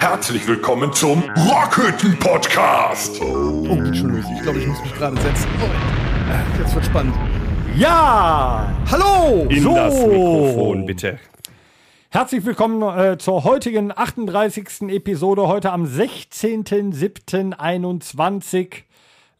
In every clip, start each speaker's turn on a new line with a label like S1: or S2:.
S1: Herzlich willkommen zum Rockhütten-Podcast.
S2: Oh, geht schon los. Ich glaube, ich muss mich gerade setzen. Oh, jetzt wird spannend.
S3: Ja!
S2: Hallo!
S4: In
S3: So.
S4: das Mikrofon, bitte.
S3: Herzlich willkommen äh, zur heutigen 38. Episode, heute am 16.07.21.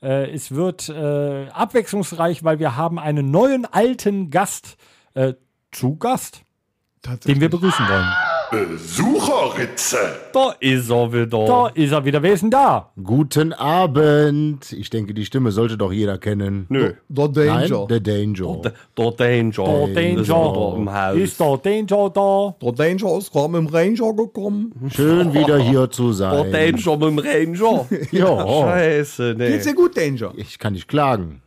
S3: Äh, es wird äh, abwechslungsreich, weil wir haben einen neuen alten Gast äh, zu Gast, den
S2: Tatsächlich.
S3: wir begrüßen wollen.
S1: Besucherritze.
S4: Da ist er wieder.
S3: Da ist er wieder. Wer ist denn da?
S5: Guten Abend. Ich denke, die Stimme sollte doch jeder kennen.
S4: Nö. Oh,
S2: The Danger.
S5: Nein, der Danger.
S4: Da, da Danger.
S3: Der
S4: Ist er da im
S3: Danger.
S4: Haus.
S3: Ist der Danger da?
S2: Der Danger ist gerade mit dem Ranger gekommen.
S5: Schön wieder hier zu
S4: da Oh.
S5: sein.
S4: Danger mit dem Ranger. Oh.
S5: Ja, oh.
S4: Scheiße, nee.
S2: Geht's dir gut, Danger?
S5: ich kann nicht klagen.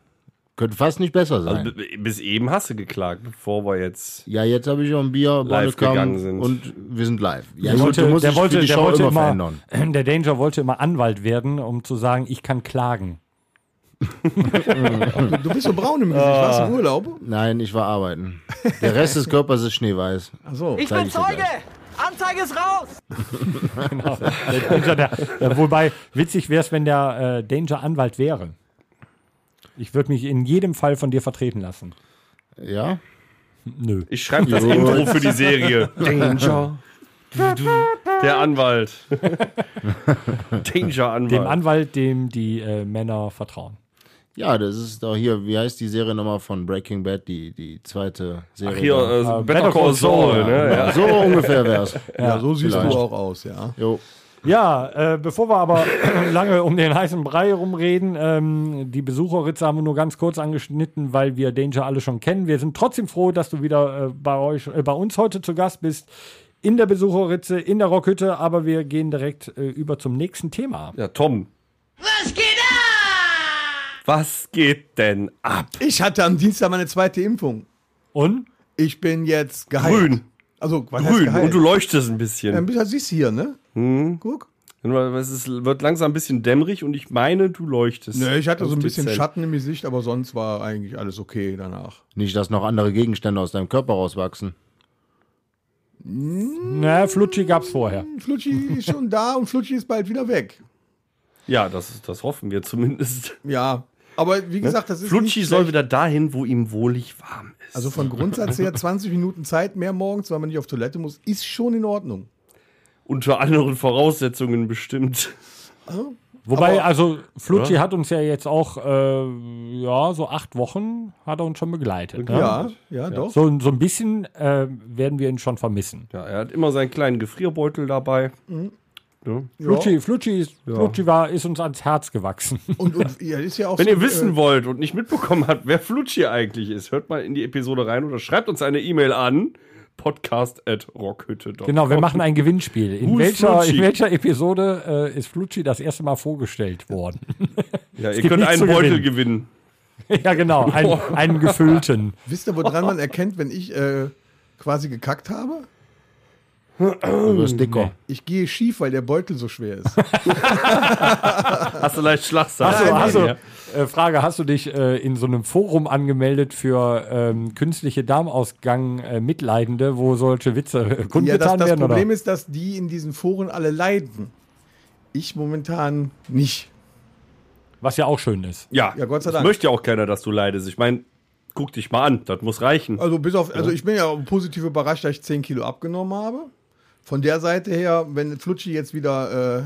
S5: Könnte fast nicht besser sein.
S4: Also, b- bis eben hast du geklagt, bevor wir jetzt.
S5: ja, jetzt habe ich auch ein Bier,
S4: Live
S5: Bonnekamp
S4: gegangen sind.
S5: und wir sind live.
S3: Der
S5: Ja, gut,
S3: wollte,
S5: du musst
S3: der
S5: dich für
S3: wollte,
S5: die
S3: der
S5: Show
S3: wollte
S5: immer
S3: immer,
S5: verändern.
S3: der Danger wollte immer Anwalt werden, um zu sagen, ich kann klagen.
S2: Du, du bist so braun im Gesicht. Warst du im Urlaub?
S5: Nein, ich war arbeiten. Der Rest des Körpers ist schneeweiß.
S2: Achso.
S6: Ich
S5: Zeig
S6: bin
S5: ich dir
S6: Zeuge!
S5: gleich.
S6: Anzeige ist raus!
S3: Der Danger, der, äh, wobei, witzig wäre es, wenn der äh, Danger Anwalt wäre. Ich würde mich in jedem Fall von dir vertreten lassen.
S5: Ja?
S3: Nö.
S4: Ich schreibe das Intro für die Serie. Danger. Du, du. Der Anwalt. Danger Anwalt.
S3: Dem Anwalt, dem die äh, Männer vertrauen.
S5: Ja, das ist doch hier, wie heißt die Serie nochmal von Breaking Bad, die, die zweite Serie?
S4: Hier,
S5: da?
S4: äh, Better
S3: Better Call
S4: Call Saul,
S3: Saul,
S4: ne? Ja.
S5: So ungefähr wär's.
S2: Ja, so siehst
S5: vielleicht.
S2: du auch aus, ja.
S5: Jo.
S3: Ja, äh, bevor wir aber lange um den heißen Brei rumreden, ähm, die Besucherritze haben wir nur ganz kurz angeschnitten, weil wir Danger alle schon kennen. Wir sind trotzdem froh, dass du wieder äh, bei euch, äh, bei uns heute zu Gast bist. In der Besucherritze, in der Rockhütte, aber wir gehen direkt äh, über zum nächsten Thema.
S4: ja, Tom.
S6: Was geht ab?
S4: Was geht denn ab?
S2: Ich hatte am Dienstag meine zweite Impfung.
S3: Und?
S2: Ich bin jetzt geheilt.
S4: Grün.
S2: Also, was heißt
S4: Grün.
S2: geheilt?
S4: Und du leuchtest ein
S2: Ja,
S4: bisschen.
S2: ein bisschen siehst du hier, ne? Guck.
S4: Es ist, wird langsam ein bisschen dämmerig und ich meine, du leuchtest.
S2: Ne, ich hatte so ein
S4: Auf
S2: bisschen
S4: dezent.
S2: Schatten im Gesicht, aber sonst war eigentlich alles okay danach.
S5: Nicht, dass noch andere Gegenstände aus deinem Körper rauswachsen.
S3: Na, Flutschi gab's vorher.
S2: Flutschi ist schon da und Flutschi ist bald wieder weg.
S4: Ja, das, das hoffen wir zumindest.
S2: Ja, aber wie gesagt, das ist
S4: Flutschi
S2: nicht
S4: soll
S2: schlecht.
S4: wieder dahin, wo ihm wohlig warm ist.
S2: Also von Grundsatz her 20 Minuten Zeit mehr morgens, weil man nicht auf Toilette muss, ist schon in Ordnung.
S4: Unter anderen Voraussetzungen bestimmt.
S3: Wobei,
S2: Aber-
S3: also Flutschi hat uns ja jetzt auch, äh, ja, so acht Wochen hat er uns schon begleitet. Ne?
S2: Ja, ja, doch.
S3: So, so ein bisschen äh, werden wir ihn schon vermissen.
S4: Ja, er hat immer seinen kleinen Gefrierbeutel dabei. Ne?
S3: Flutschi, Flutschi, ist, Flutschi war, ist uns ans Herz gewachsen.
S2: Und, und ja, ist ja auch
S4: Wenn
S2: so,
S4: ihr wissen
S2: äh,
S4: wollt und nicht mitbekommen habt, wer Flutschi eigentlich ist, hört mal in die Episode rein oder schreibt uns eine E-Mail an podcast.rockhütte.com.
S3: genau, wir machen ein Gewinnspiel. In,
S4: Who's
S3: welcher, in
S4: Flutschi?
S3: welcher Episode äh, ist Flutschi das erste Mal vorgestellt worden?
S4: Ja, ihr
S3: gibt
S4: könnt
S3: nichts
S4: einen
S3: zu
S4: Beutel gewinnen.
S3: ja, genau, ein, einen gefüllten.
S2: wisst ihr, woran man erkennt, wenn ich äh, quasi gekackt habe?
S4: Hm,
S5: Du wirst dicker.
S2: Ich gehe schief, weil der Beutel so schwer ist.
S4: Hast du leicht Schlagzeilen?
S3: Hast du, hast
S4: Ja.
S3: du, äh, Frage, hast du dich äh, in so einem Forum angemeldet für ähm, künstliche Darmausgang äh, Mitleidende, wo solche Witze äh, kundgetan
S2: ja, das, das
S3: werden?
S2: Problem
S3: oder?
S2: ist, dass die in diesen Foren alle leiden. Ich momentan nicht.
S3: Was ja auch schön ist.
S4: Ja,
S2: Ja, Gott sei
S4: das
S2: Dank.
S4: möchte ja auch keiner, dass du leidest. Ich meine, guck dich mal an, das muss reichen.
S2: Also bis auf, also ich bin ja positiv überrascht, dass ich 10 Kilo abgenommen habe. Von der Seite her, wenn Flutschi jetzt wieder äh,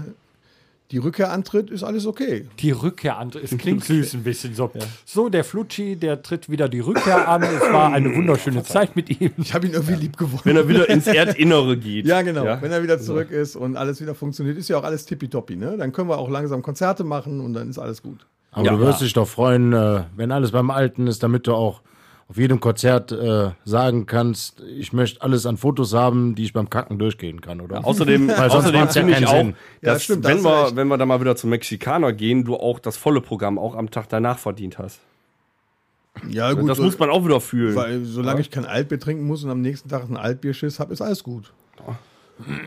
S2: die Rückkehr antritt, ist alles okay.
S3: Die Rückkehr an. Es klingt süß ein bisschen so. So, der Flutschi, der tritt wieder die Rückkehr an. Es war eine wunderschöne Zeit mit ihm.
S2: Ich habe ihn irgendwie lieb gewonnen.
S4: Wenn er wieder ins Erdinnere geht.
S2: ja, genau.
S4: Ja.
S2: Wenn er wieder zurück ist und alles wieder funktioniert, ist ja auch alles tippitoppi, ne? Dann können wir auch langsam Konzerte machen und dann ist alles gut.
S5: Aber du wirst dich doch freuen, äh, wenn alles beim Alten ist, damit du auch auf jedem Konzert äh, sagen kannst, ich möchte alles an Fotos haben, die ich beim Kacken durchgehen kann, oder?
S4: Außerdem,
S5: Weil sonst
S4: außerdem
S5: macht's ja
S4: finde ich
S5: keinen
S4: auch,
S5: Sinn.
S2: Ja,
S4: dass
S2: stimmt, da
S4: wenn,
S2: hast du
S4: wir,
S2: recht.
S4: wenn wir dann mal wieder zum Mexikaner gehen, du auch das volle Programm auch am Tag danach verdient hast.
S2: Ja, gut. äh,
S4: das muss man auch wieder fühlen.
S2: weil, solange ich kein Altbier trinken muss und am nächsten Tag ein Altbierschiss habe, ist alles gut.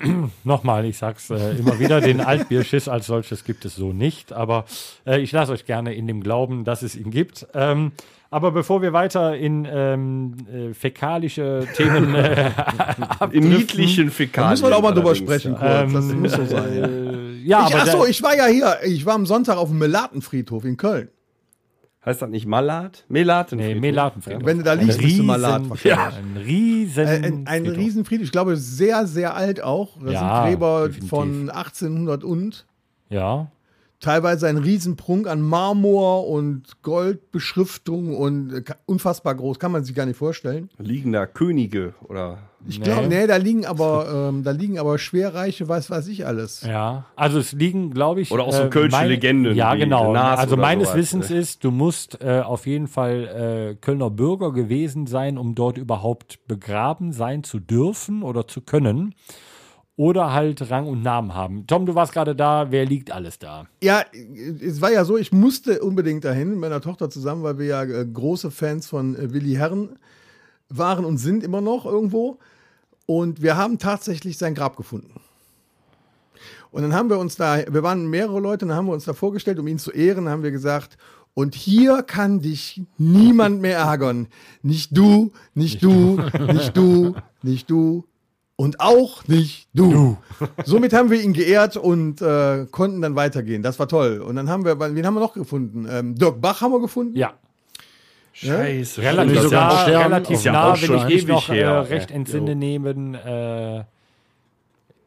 S3: Nochmal, ich sag's äh, immer wieder, den Altbierschiss als solches gibt es so nicht, aber äh, ich lasse euch gerne in dem Glauben, dass es ihn gibt. Ähm, aber bevor wir weiter in ähm, äh, fäkalische Themen äh,
S4: In niedlichen
S2: Hm? Da
S4: Fäkalien.
S2: müssen wir doch mal drüber
S4: allerdings,
S2: sprechen,
S4: ja.
S2: kurz. Das muss so sein.
S3: äh, Ähm, ja,
S2: Ich,
S3: aber
S2: ach so,
S3: der-
S2: ich war ja hier. Ich war am Sonntag auf dem Melatenfriedhof in Köln.
S4: Heißt das nicht Malat? Melaten.
S3: nee, Melatenfriedhof.
S2: Wenn du da liegst, bist du Malat
S3: Riesen-
S2: wahrscheinlich.
S3: ja, ein riesen
S2: Äh, Ein, ein
S3: Ähm, Friedhof.
S2: Riesenfriedhof. Ich glaube, sehr, sehr alt auch. Da
S3: Ja,
S2: sind Gräber
S3: definitiv.
S2: von 1800 und.
S3: Ja,
S2: Teilweise ein Riesenprunk an Marmor und Goldbeschriftung und äh, ka- unfassbar groß. Kann man sich gar nicht vorstellen.
S4: Liegender Könige oder.
S2: Ich glaube, nee, da liegen aber, ähm, da liegen aber schwerreiche, was weiß ich alles.
S3: ja. Also es liegen, glaube ich. äh,
S4: Oder auch so kölsche
S3: mein-
S4: Legenden
S3: Ja,
S4: wie
S3: genau.
S4: Nas
S3: also
S4: oder
S3: meines
S4: sowas,
S3: Wissens
S4: ne?
S3: ist, du musst äh, auf jeden Fall äh, Kölner Bürger gewesen sein, um dort überhaupt begraben sein zu dürfen oder zu können. Oder halt Rang und Namen haben. Tom, du warst gerade da. Wer liegt alles da?
S2: Ja, es war ja so, ich musste unbedingt dahin mit meiner Tochter zusammen, weil wir ja äh, große Fans von äh, Willi Herren waren und sind immer noch irgendwo. Und wir haben tatsächlich sein Grab gefunden. Und dann haben wir uns da, wir waren mehrere Leute, und dann haben wir uns da vorgestellt, um ihn zu ehren, haben wir gesagt, und hier kann dich niemand mehr ärgern. Nicht du, nicht du, nicht du, nicht du und auch nicht du. Somit haben wir ihn geehrt und äh, konnten dann weitergehen. Das war toll. Und dann haben wir, wen haben wir noch gefunden? Ähm, Dirk Bach haben wir gefunden.
S3: Ja.
S4: Scheiße.
S5: Nicht
S3: Relativ
S5: sogar
S3: nah,
S5: Sterben.
S3: relativ
S5: Ist ja
S3: nah
S4: auch
S3: wenn
S4: schon
S3: ich mich
S4: ewig
S3: noch äh,
S4: her.
S3: recht
S4: Ja.
S3: entsinne
S4: Jo.
S3: nehmen. Äh,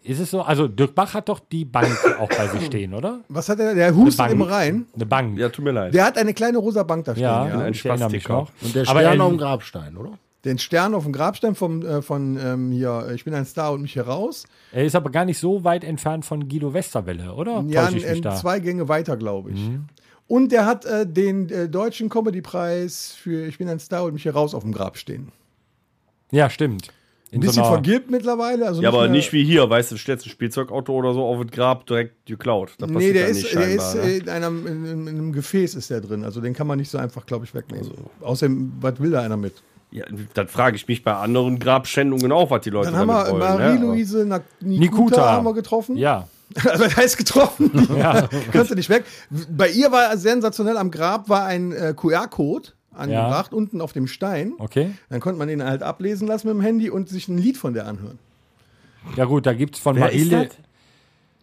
S3: ist es so? Also Dirk Bach hat doch die Bank auch bei sich stehen, oder?
S2: Was hat er? Der hustet
S3: Bank.
S2: immer rein.
S3: Eine Bank.
S4: Ja, tut mir leid.
S2: Der hat eine kleine rosa Bank da stehen.
S3: Ja, ne?
S2: Ja.
S4: ein
S3: ich erinnere mich
S4: Spastiker.
S3: noch.
S5: Und der
S3: Aber
S5: Stern
S4: ähm,
S3: er-
S5: auf dem Grabstein, oder?
S2: Den Stern auf dem Grabstein vom, äh, von ähm, hier, äh, ich bin ein Star und mich heraus.
S3: Er ist aber gar nicht so weit entfernt von Guido Westerwelle, oder?
S2: Ja,
S3: Täusche ich mich
S2: in
S3: da?
S2: ähm, zwei Gänge weiter, glaube ich.
S4: Mhm.
S2: Und der hat äh, den äh, deutschen Comedy-Preis für Ich bin ein Star und mich heraus auf dem Grab stehen.
S3: Ja, stimmt. In
S2: Ein bisschen
S3: einer-
S2: vergilbt mittlerweile. Also
S4: Ja, aber
S2: mehr-
S4: nicht wie hier, weißt du, du stellst ein Spielzeugauto oder so auf das Grab direkt geklaut. Das
S2: Nee, der
S4: dann
S2: ist,
S4: nicht
S2: der
S4: scheinbar,
S2: ist
S4: ne?
S2: äh, in, einem, in, in einem Gefäß ist der drin. Also den kann man nicht so einfach, glaube ich, wegnehmen.
S4: Also-
S2: Außerdem, was will da einer mit?
S4: Ja, dann frage ich mich bei anderen Grabschändungen auch, was die Leute
S2: Dann haben wir
S4: damit wollen. ne?
S2: Marie-Louise Na- Nikuta,
S3: Nikuta.
S2: haben wir getroffen.
S3: Ja.
S2: Also das heißt getroffen. Ja. Konnte nicht weg. Bei ihr war sensationell am Grab war ein äh, QR-Code angebracht, unten auf dem Stein.
S3: Okay.
S2: Dann konnte man den halt ablesen lassen mit dem Handy und sich ein Lied von der anhören.
S3: Ja gut, da gibt's von
S4: Wer ist
S3: Marile.
S4: das?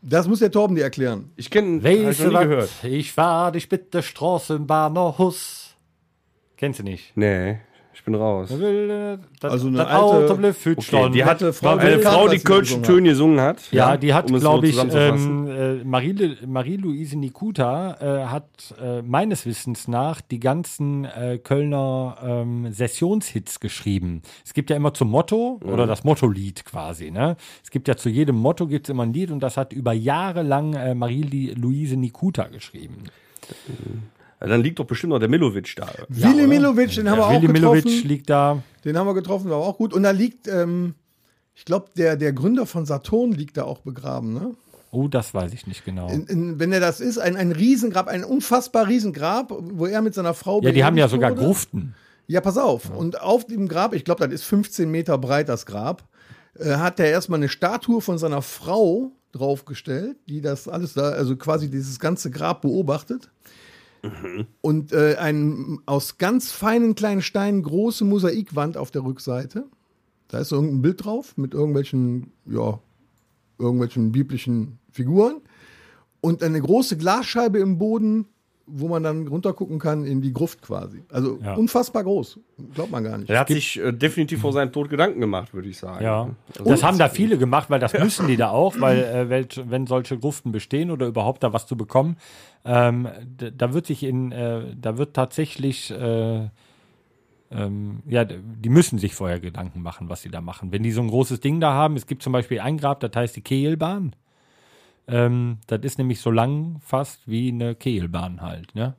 S2: Das muss der Torben dir erklären.
S4: Ich kenne, hab ich
S3: Weißt
S4: noch
S3: du
S4: nie
S3: was?
S4: gehört.
S3: Ich fahr dich mit der Straßenbahner Huss. Kennst du nicht?
S4: Nee, ich bin raus.
S2: Also
S3: Also
S2: eine
S3: das
S2: alte-
S3: Auto blüffelt schon.
S4: die hat
S2: nette Frau, die
S4: eine
S2: Karte
S4: Frau, die
S2: dazu
S4: kölschen
S2: gesungen
S4: Töne gesungen hat.
S3: Ja, die hat,
S4: um es so
S3: glaube ich,
S4: zusammenzufassen.
S3: ähm, äh, Marie- Marie-Louise Nikuta äh, hat äh, meines Wissens nach die ganzen äh, Kölner ähm, Sessionshits geschrieben. Es gibt ja immer zum Motto oder das Motto-Lied quasi. Ne? Es gibt ja zu jedem Motto gibt's immer ein Lied und das hat über Jahre lang äh, Marie-Louise Nikuta geschrieben.
S4: Ja, dann liegt doch bestimmt noch der Milovic da.
S2: Willi Milovic, den haben wir auch
S3: Willi
S2: getroffen.
S3: Milovic Äh, liegt da.
S2: Den haben wir getroffen, war auch gut. Und da liegt, ähm, ich glaube, der, der Gründer von Saturn liegt da auch begraben. Ne?
S3: Oh, das weiß ich nicht genau.
S2: In, in, wenn er das ist, ein, ein Riesengrab, ein unfassbar Riesengrab, wo er mit seiner Frau.
S3: ja, die haben ja
S2: beerdigt
S3: sogar
S2: wurde.
S3: Gruften.
S2: Ja, pass auf. Und auf dem Grab, ich glaube, das ist 15 Meter breit, das Grab, äh, hat er erstmal eine Statue von seiner Frau draufgestellt, die das alles da, also quasi dieses ganze Grab beobachtet. Und äh, ein aus ganz feinen kleinen Steinen große Mosaikwand auf der Rückseite. Da ist so irgendein Bild drauf mit irgendwelchen, ja, irgendwelchen biblischen Figuren. Und eine große Glasscheibe im Boden, wo man dann runtergucken kann in die Gruft quasi. Also
S3: Ja.
S2: unfassbar groß. Glaubt man gar nicht.
S4: Er hat sich äh, definitiv vor seinem Tod Gedanken gemacht, würde ich sagen.
S3: Ja, das haben da viele gemacht, weil das müssen die da auch, weil äh, welch, wenn solche Gruften bestehen oder überhaupt da was zu bekommen, ähm, d- da wird sich in, äh, da wird tatsächlich, äh, ähm, ja, d- die müssen sich vorher Gedanken machen, was sie da machen. Wenn die so ein großes Ding da haben, es gibt zum Beispiel ein Grab, das heißt die Kehlbahn. Ähm, das ist nämlich so lang fast wie eine Kehlbahn halt, ne?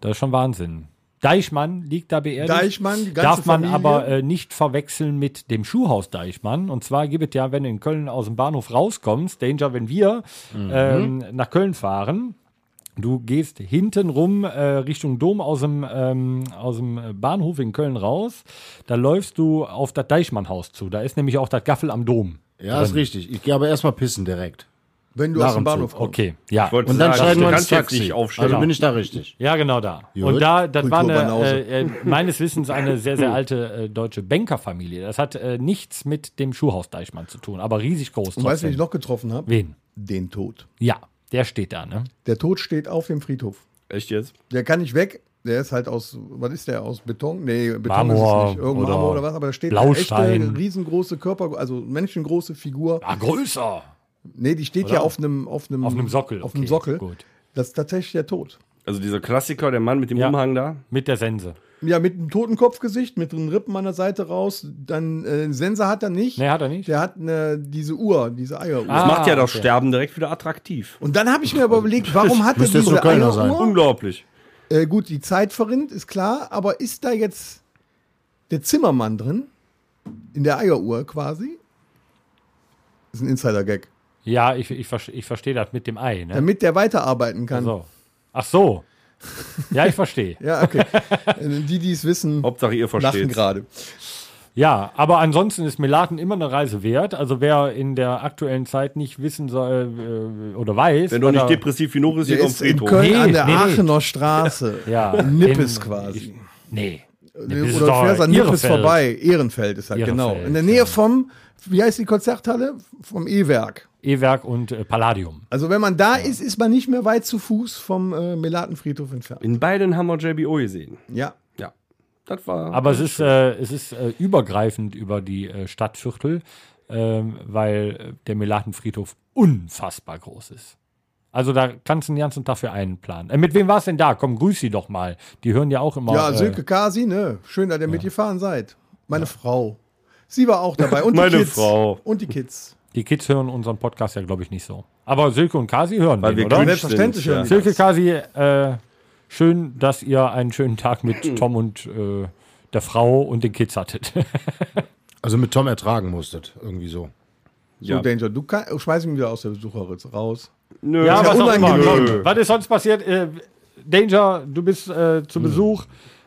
S3: Das ist schon Wahnsinn. Deichmann liegt da beerdigt.
S2: Deichmann, die ganze
S3: Darf man
S2: Familie.
S3: aber äh, nicht verwechseln mit dem Schuhhaus Deichmann. Und zwar gibt es ja, wenn du in Köln aus dem Bahnhof rauskommst, Danger, wenn wir ähm, nach Köln fahren, du gehst hintenrum äh, Richtung Dom aus dem, ähm, aus dem Bahnhof in Köln raus, da läufst du auf das Deichmannhaus zu. Da ist nämlich auch das Gaffel am Dom.
S5: Ja, ist richtig. Ich gehe aber erstmal pissen direkt.
S2: Wenn du
S5: Nach
S2: aus dem
S5: dem
S2: Bahnhof
S5: Zug.
S2: kommst.
S3: Okay, ja.
S4: Wollte
S5: Und dann
S4: sagen,
S5: steigen
S4: du
S5: wir ins
S4: kannst jetzt
S5: Taxi.
S4: halt nicht aufstehen.
S5: also bin ich da richtig.
S3: Ja, genau da.
S5: Gut.
S3: Und da, das war eine,
S2: Kulturbanause.
S3: äh, äh, meines Wissens eine sehr, sehr alte äh, deutsche Bankerfamilie. Das hat äh, nichts mit dem Schuhhaus Deichmann zu tun, aber riesig groß.
S2: Und weißt du, wen
S3: trotzdem.
S2: ich noch getroffen habe?
S3: Wen?
S2: Den Tod.
S3: Ja, der steht da, ne?
S2: Der Tod steht auf dem Friedhof.
S4: Echt jetzt?
S2: Der kann nicht weg. Der ist halt aus, was ist der, aus Beton? Nee, Beton
S3: Marmor
S2: ist es nicht. Irgendein
S3: oder
S2: Marmor oder was, aber da steht
S3: Blaustein.
S2: eine echte, riesengroße Körper, also menschengroße Figur.
S3: Ah, größer.
S2: Nee, die steht ja auf einem, auf einem,
S3: Auf einem Sockel.
S2: Auf einem
S3: Okay,
S2: Sockel.
S3: gut.
S2: Das ist tatsächlich der Tod.
S4: Also dieser Klassiker, der Mann mit dem
S3: Ja.
S4: Umhang da.
S3: Mit der Sense.
S2: Ja, mit einem Totenkopfgesicht, mit den Rippen an der Seite raus. Dann, äh, Sensor hat er nicht.
S3: Nee, Ne, hat er nicht.
S2: Der hat eine, diese Uhr, diese Eieruhr.
S4: Das
S3: Ah,
S4: macht ja doch
S3: okay.
S4: Sterben direkt wieder attraktiv.
S2: Und dann habe ich mir aber überlegt, warum hat er
S5: Müsste jetzt
S2: diese
S5: nur Kölner sein.
S2: Eieruhr?
S4: Unglaublich.
S2: Äh, gut, die Zeit verrinnt, ist klar, aber ist da jetzt der Zimmermann drin? In der Eieruhr quasi? Ist ein Insider-Gag.
S3: Ja, ich, ich, verste- ich verstehe das mit dem Ei, ne?
S2: Damit der weiterarbeiten kann.
S3: So. Ach so. Ja, ich verstehe.
S2: Ja, okay. Äh, die, die es wissen,
S4: Hauptsache ihr
S2: lachen
S4: versteht.
S2: gerade.
S3: Ja, aber ansonsten ist Melaten immer eine Reise wert. Also wer in der aktuellen Zeit nicht wissen soll äh, oder weiß.
S4: Wenn du
S3: oder,
S4: nicht depressiv genug bist,
S2: Der
S4: hier am
S2: ist in
S4: Friedhof.
S2: Köln
S3: Nee,
S2: an der
S3: nee, nee.
S2: Aachener Straße.
S3: Ja,
S2: In Nippes
S3: in-
S2: quasi.
S3: Nee.
S2: Oder du fährst an Nippes vorbei. Ehrenfeld ist halt,
S3: Ehrenfeld,
S2: genau. In der Nähe vom, wie heißt die Konzerthalle? Vom E-Werk.
S3: E-Werk und äh, Palladium.
S2: Also wenn man da ist, ist man nicht mehr weit zu Fuß vom äh, Melatenfriedhof entfernt.
S4: In beiden haben wir JBO gesehen.
S2: Ja.
S4: Ja. Das war.
S3: Aber es ist, äh, es ist äh, übergreifend über die äh, Stadtviertel, ähm, weil äh, der Melatenfriedhof unfassbar groß ist. Also da kannst du den ganzen Tag für einen planen. Äh, mit wem war es denn da? Komm, grüß sie doch mal. Die hören ja auch immer.
S2: Ja,
S4: Ah,
S3: äh,
S2: Silke Kasi, ne? Schön, dass ihr mitgefahren seid. Meine Frau. Sie war auch dabei. Und die
S4: Meine
S2: Kids.
S4: Frau.
S2: Und die Kids.
S3: Die Kids hören unseren Podcast ja, glaube ich, nicht so. Aber Silke und Kasi hören
S4: weil
S3: den,
S4: wir
S3: oder?
S4: cringe
S2: Selbstverständlich
S4: sind.
S2: hören die
S3: Silke, Kasi, äh, schön, dass ihr einen schönen Tag mit Tom und äh, der Frau und den Kids hattet.
S5: Also mit Tom ertragen musstet. Irgendwie so.
S2: So,
S4: Ja.
S2: Danger, du kann, schmeiß mich wieder aus der Besucherritz raus.
S4: Nö,
S3: Ja,
S2: ja
S3: was auch immer.
S2: unangenehm.
S3: Komm, Was ist sonst passiert? Äh, Danger, du bist äh, zu Besuch.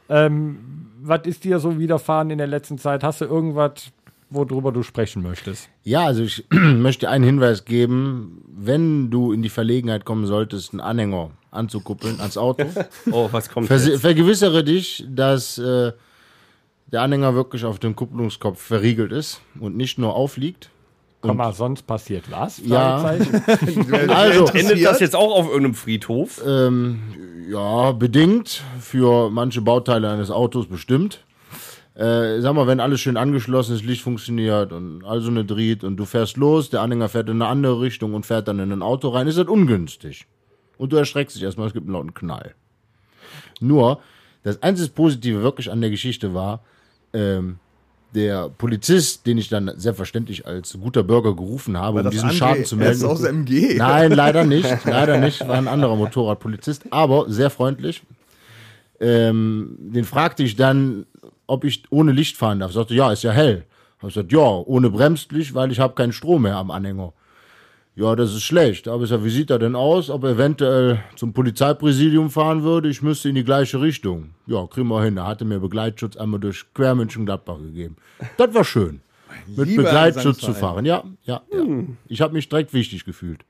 S3: Ähm, was ist dir so widerfahren in der letzten Zeit? Hast du irgendwas, worüber du sprechen möchtest?
S5: Ja, also ich möchte einen Hinweis geben, wenn du in die Verlegenheit kommen solltest, einen Anhänger anzukuppeln ans Auto,
S4: Oh, was kommt
S5: verse-
S4: jetzt?
S5: vergewissere dich, dass äh, der Anhänger wirklich auf dem Kupplungskopf verriegelt ist und nicht nur aufliegt.
S3: Komm mal, sonst passiert was?
S5: Ja.
S3: Fragezeichen.
S5: Also,
S4: Endet das jetzt auch auf irgendeinem Friedhof?
S5: ja, bedingt für manche Bauteile eines Autos bestimmt. Äh, sag mal, wenn alles schön angeschlossen ist, Licht funktioniert und all so eine dreht und du fährst los, der Anhänger fährt in eine andere Richtung und fährt dann in ein Auto rein, ist das ungünstig. Und du erschreckst dich erstmal, es gibt einen lauten Knall. Nur, das einzige Positive wirklich an der Geschichte war, ähm, der Polizist, den ich dann selbstverständlich als guter Bürger gerufen habe, um
S2: das
S5: diesen
S2: André-
S5: Schaden zu melden.
S2: Das ist aus der MG.
S5: Nein, leider nicht. Leider nicht. War ein anderer Motorradpolizist, aber sehr freundlich. Ähm, den fragte ich dann, ob ich ohne Licht fahren darf. Sagte, ja, ist ja hell. Hab ich gesagt, ja, ohne Bremslicht, weil ich habe keinen Strom mehr am Anhänger. Ja, das ist schlecht. Aber ich sag, wie sieht er denn aus? Ob er eventuell zum Polizeipräsidium fahren würde? Ich müsste in die gleiche Richtung. Ja, kriegen wir hin. Er hatte mir Begleitschutz einmal durch Quermünchen-Gladbach gegeben. Das war schön. Mit
S2: lieber
S5: Begleitschutz zu
S2: Gesangsverein.
S5: fahren. Ja, ja, ja. Ich habe mich direkt wichtig gefühlt.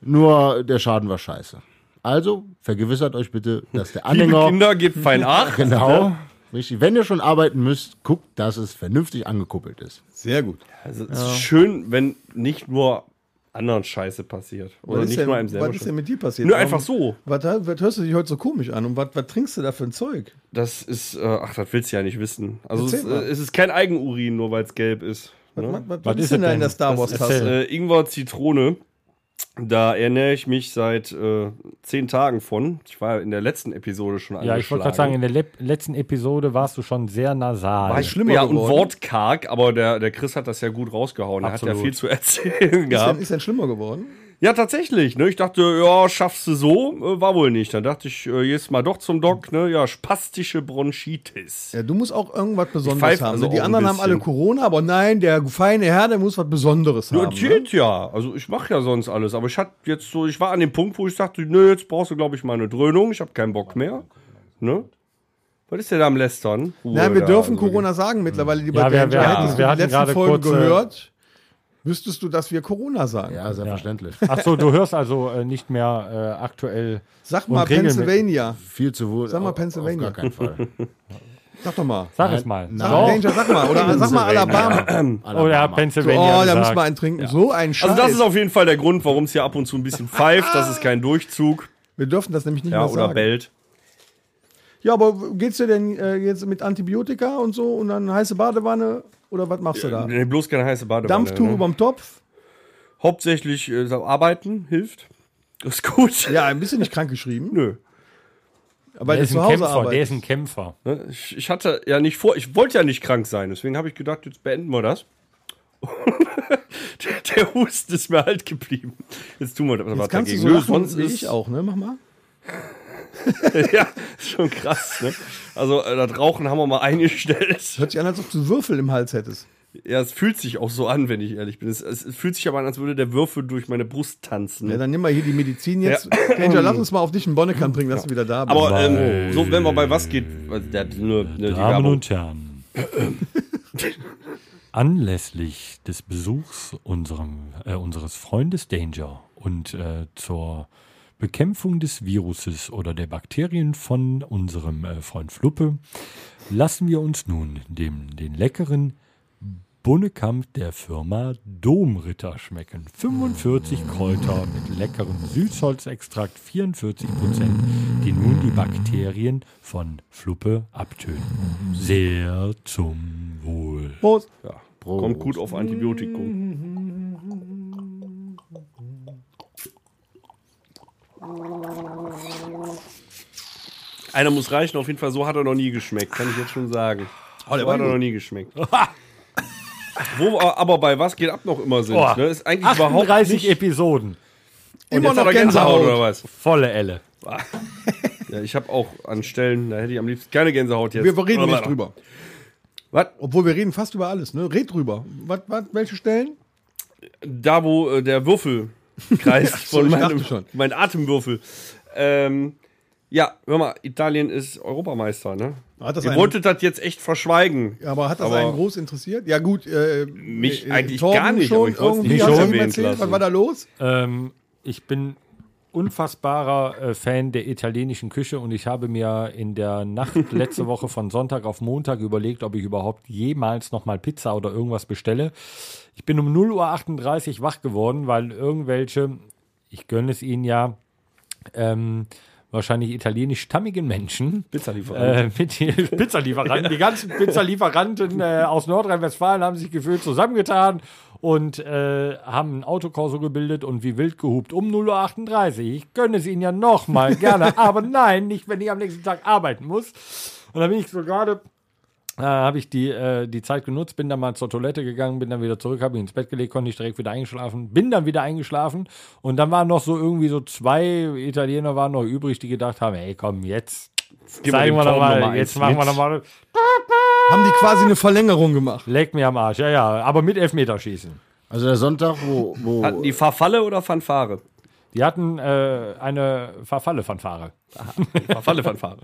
S5: Nur der Schaden war scheiße. Also vergewissert euch bitte, dass der
S4: Liebe
S5: Anhänger
S4: Kinder, gebt fein acht.
S5: Genau. Richtig. Wenn ihr schon arbeiten müsst, guckt, dass es vernünftig angekuppelt ist.
S2: Sehr gut.
S4: Also, es ist schön, wenn nicht nur anderen Scheiße passiert. Oder
S2: was ist
S4: nicht
S2: denn,
S4: nur einem selber.
S2: was ist denn mit dir passiert?
S4: Nur
S2: Warum-
S4: einfach so.
S2: Was, was hörst du dich heute so komisch an? Und was, was trinkst du da für ein Zeug?
S4: Das ist, äh, ach, das willst du ja nicht wissen. Also es,
S2: Erzähl
S4: äh,
S2: mal.
S4: es ist kein Eigenurin, nur weil es gelb ist.
S2: Was,
S4: Ne?
S2: was, was,
S3: Was
S2: ist
S3: ist
S2: denn
S3: das
S2: da in
S3: denn?
S2: der Star
S3: Das
S2: Wars
S3: erzähl.
S2: Tasse?
S4: Äh, Ingwer Zitrone. Da ernähre ich mich seit äh, zehn Tagen von. Ich war ja in der letzten Episode schon
S3: ja, ich wollte gerade sagen, in der lep- letzten Episode warst du schon sehr nasal.
S4: war ich schlimmer ja, und wortkarg, aber der, der Chris hat das ja gut rausgehauen. Er hat ja
S3: Absolut.
S4: viel zu erzählen
S2: Ist denn,
S4: gehabt.
S2: ist denn schlimmer geworden?
S4: Ja, tatsächlich. Ne? Ich dachte, ja, schaffst du so? Äh, war wohl nicht. Dann dachte ich, äh, jetzt mal doch zum Doc. Ne? Ja, spastische Bronchitis.
S2: Ja, du musst auch irgendwas Besonderes
S4: pfeif
S2: haben.
S4: also
S2: ne? die
S4: auch ein
S2: anderen haben alle
S4: bisschen.
S2: Corona, aber nein, der feine Herr, der muss was Besonderes
S4: Ja,
S2: haben. Ne?
S4: geht ja. Also ich mache ja sonst alles, aber ich hatte jetzt so, ich war an dem Punkt, wo ich sagte, nö, jetzt brauchst du, glaube ich, mal eine Dröhnung. Ich habe keinen Bock mehr. Ne? Was ist denn da am Lästern? Ruhe
S2: Nein, wir
S4: da,
S2: dürfen
S4: also.
S2: Corona sagen mittlerweile, die
S3: Ja, wir- wir
S2: Danger
S3: hatten-
S2: hättest du
S3: wir
S2: die
S3: hatten
S2: letzten
S3: gerade
S2: Folgen
S3: kurz, äh,
S2: gehört. wüsstest du, dass wir Corona sagen.
S5: Ja, selbstverständlich.
S3: Achso, du hörst also äh, nicht mehr äh, aktuell.
S2: Sag
S3: Und
S2: mal
S3: regelmäßig.
S2: Pennsylvania.
S5: Viel zu wohl.
S2: Sag mal
S5: auf-
S2: Pennsylvania.
S5: Auf gar keinen Fall.
S2: Sag doch mal.
S3: Sag es mal.
S5: Nein.
S2: Sag,
S3: So.
S2: Danger, sag mal. Oder sag mal Alabama.
S3: Oder
S5: Alabama.
S3: Pennsylvania.
S2: Oh, da
S3: gesagt.
S2: müssen wir einen trinken. So ein Scheiß.
S4: Also das ist auf jeden Fall der Grund, warum es hier ab und zu ein bisschen pfeift. Das ist kein Durchzug.
S2: wir dürfen das nämlich nicht
S4: Ja,
S2: mehr
S4: oder
S2: sagen.
S4: bellt.
S2: Ja, aber geht's dir denn äh, jetzt mit Antibiotika und so und dann heiße Badewanne oder was machst du da?
S4: Nee, bloß keine heiße Badewanne.
S2: Dampftuch
S4: ne?
S2: überm Topf?
S4: Hauptsächlich äh, arbeiten hilft. Das ist gut.
S2: Ja, ein bisschen nicht krank geschrieben,
S4: Nö.
S2: aber
S3: der
S2: das
S3: ist
S2: zu
S3: ein
S2: Hause
S3: Kämpfer. Der ist
S2: arbeiten.
S3: ein Kämpfer.
S4: Ne, Ich, ich hatte ja nicht vor, ich wollte ja nicht krank sein, deswegen habe ich gedacht, jetzt beenden wir das. der, der Husten ist mir halt geblieben. Jetzt tun wir das
S2: Jetzt kannst du so
S4: Nö,
S2: lachen
S4: sonst
S2: wie
S4: ist
S2: ich auch, ne? Mach mal.
S4: ja, ist schon krass. Ne? Also äh, das Rauchen haben wir mal eingestellt.
S2: Hört sich an, als ob du Würfel im Hals hättest.
S4: Ja, es fühlt sich auch so an, wenn ich ehrlich bin. Es, es fühlt sich aber an, als würde der Würfel durch meine Brust tanzen.
S2: Ja, dann nimm mal hier die Medizin jetzt. Danger, lass uns mal auf dich einen Bonnekamp bringen, dass du wieder da bist.
S4: aber ähm, so, wenn man bei was geht, äh, der, nur, ne, die
S3: Damen
S4: Werbung.
S3: und Herren, anlässlich des Besuchs unserem, äh, unseres Freundes Danger und äh, zur Bekämpfung des Viruses oder der Bakterien von unserem äh, Freund Fluppe lassen wir uns nun dem, den leckeren Bunnekamp der Firma Domritter schmecken. 45 Kräuter mit leckerem Süßholzextrakt, 44 Prozent, die nun die Bakterien von Fluppe abtöten. Sehr zum Wohl.
S2: Prost.
S4: Ja,
S2: Oh.
S4: kommt gut auf Antibiotikum. Einer muss reichen, auf jeden Fall, so hat er noch nie geschmeckt, kann ich jetzt schon sagen. so
S2: Ah, war
S4: hat er noch nie geschmeckt. Wo wir aber bei was geht ab noch immer sind,
S3: Boah.
S4: ne? Ist eigentlich überhaupt
S3: 38
S4: nicht.
S3: Episoden.
S4: Und
S2: Immer
S4: jetzt hat
S2: noch
S4: er
S2: Gänsehaut.
S4: oder was?
S3: Volle Elle.
S4: Ja, ich habe auch an Stellen, da hätte ich am liebsten keine Gänsehaut jetzt.
S2: Wir reden nicht drüber.
S4: Was?
S2: Obwohl wir reden fast über alles, ne? Red drüber. Was, was, welche Stellen?
S4: da wo äh, der Würfel kreist
S2: so,
S4: von
S2: ich
S4: meinem
S2: dachte schon.
S4: mein Atemwürfel. Ähm, ja, hör mal, Italien ist Europameister, ne?
S2: Hat das
S4: Ihr
S2: einen-
S4: wolltet das jetzt echt verschweigen.
S2: Aber hat das
S4: Aber-
S2: einen groß interessiert? Ja, gut. Äh,
S4: Mich
S2: äh,
S4: eigentlich
S2: Torben
S4: gar nicht, aber
S2: Schon
S4: ich wollt's
S2: irgendwie
S4: nicht
S2: hast du
S3: erwähnt
S2: ihm erzählt.
S4: lassen.
S2: Was war da los?
S3: Ähm, ich bin unfassbarer äh, Fan der italienischen Küche und ich habe mir in der Nacht letzte Woche von Sonntag auf Montag überlegt, ob ich überhaupt jemals nochmal Pizza oder irgendwas bestelle. Ich bin um 0.38 Uhr wach geworden, weil irgendwelche, ich gönne es ihnen ja, ähm, wahrscheinlich italienisch-stammigen Menschen
S4: Pizzalieferant.
S3: äh, mit die Pizzalieferanten. Die ganzen Pizzalieferanten äh, aus Nordrhein-Westfalen haben sich gefühlt zusammengetan und äh, haben ein Autokorso gebildet und wie wild gehupt um 0.38 Uhr. Ich gönne es ihnen ja nochmal gerne, aber nein, nicht, wenn ich am nächsten Tag arbeiten muss. Und da bin ich so gerade äh, habe ich die, äh, die Zeit genutzt, bin dann mal zur Toilette gegangen, bin dann wieder zurück, habe mich ins Bett gelegt, konnte nicht direkt wieder eingeschlafen, bin dann wieder eingeschlafen und dann waren noch so irgendwie so zwei Italiener waren noch übrig, die gedacht haben, ey komm, jetzt
S4: wir
S3: zeigen
S4: dem
S3: wir
S4: Torben noch mal
S3: nochmal,
S4: eins
S3: jetzt machen wir
S4: mit.
S3: nochmal,
S2: Haben die quasi eine Verlängerung gemacht?
S3: leck mir am Arsch, ja ja, aber mit Elfmeterschießen.
S5: Also der Sonntag, wo, wo
S4: Hatten die Verfalle oder Fanfare?
S3: Die hatten äh, eine Verfalle-Fanfare.
S4: Verfalle, Fanfare.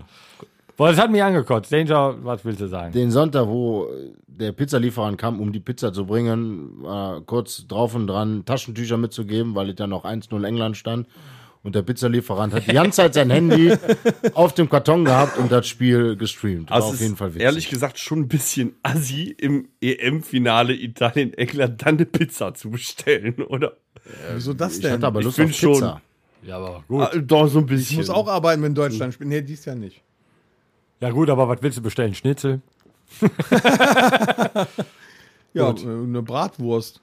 S3: Boah, das hat mich angekotzt. Danger, was willst du sagen?
S5: den Sonntag, wo äh, der Pizzalieferant kam, um die Pizza zu bringen, war kurz drauf und dran, Taschentücher mitzugeben, weil es dann noch 1-0 England stand. Und der Pizzalieferant hat die ganze Zeit sein Handy auf dem Karton gehabt und das Spiel gestreamt. War
S4: Also
S5: auf jeden Fall
S4: witzig.
S5: witzig.
S4: Ehrlich gesagt schon ein bisschen assi, im EM-Finale Italien-England dann eine Pizza zu bestellen, oder?
S2: Wieso das
S5: ich
S2: denn?
S5: hatte aber
S4: ich
S5: Lust
S4: bin
S5: auf Pizza.
S4: schon-
S3: Ja, aber gut.
S4: Ah, Doch, so ein bisschen.
S2: Ich muss auch arbeiten, wenn
S4: Hm.
S2: Deutschland spielt. Nee, dies Jahr nicht.
S3: Ja gut, aber was willst du bestellen? Schnitzel?
S2: Ja, äh, eine Bratwurst.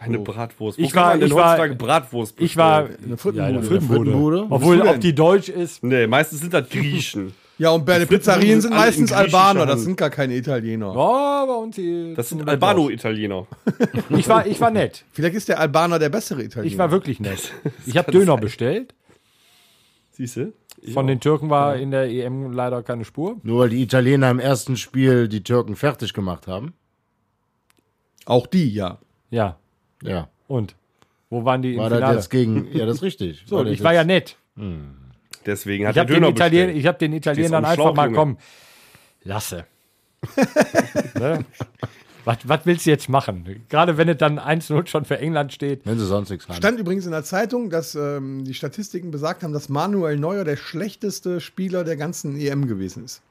S4: Eine Bratwurst.
S3: Oh. Ich
S4: kann
S3: war-
S4: man denn
S3: ich war-
S4: heutzutage Bratwurst
S3: Ich war
S2: Eine Frittenbude.
S3: Ja, eine
S2: Eine
S3: Frittenbude.
S5: Frittenbude.
S3: Obwohl,
S2: Wo bist du
S3: ob die deutsch ist,
S4: Nee, meistens sind das Griechen.
S2: Ja, und bei den
S4: Frittenbuden
S2: Pizzerien
S4: sind
S2: sind
S4: alle in
S2: meistens
S4: griechischer
S2: Albaner, das
S4: Hand.
S2: sind gar keine Italiener.
S3: oh, bei uns hier.
S4: Das sind Albano-Italiener.
S3: Ich war, ich war nett.
S2: Vielleicht ist der Albaner der bessere Italiener.
S3: Ich war wirklich nett. Ich habe Döner bestellt.
S4: Siehst du?
S3: Von den Türken war
S4: Genau.
S3: in der EM leider keine Spur.
S5: Nur weil die Italiener im ersten Spiel die Türken fertig gemacht haben.
S2: Auch die, ja.
S3: Ja.
S5: Ja.
S3: Und? Wo waren die im
S5: War das
S3: Finale?
S5: jetzt gegen. Ja, das ist richtig.
S3: so,
S5: War das
S3: ich war ja
S5: jetzt-
S3: nett.
S4: Deswegen hat
S3: Ich
S4: der
S3: habe den,
S4: Döner
S3: Italien,
S4: bestellt.
S3: ich hab den Italienern
S4: am
S3: einfach
S4: Schlauch,
S3: mal,
S4: Junge.
S3: komm, lasse. ne? Was, was willst du jetzt machen? Gerade wenn es dann 1-0 schon für England steht.
S5: Wenn sie sonst nichts haben.
S2: Stand übrigens in der Zeitung, dass ähm, die Statistiken besagt haben, dass Manuel Neuer der schlechteste Spieler der ganzen EM gewesen ist.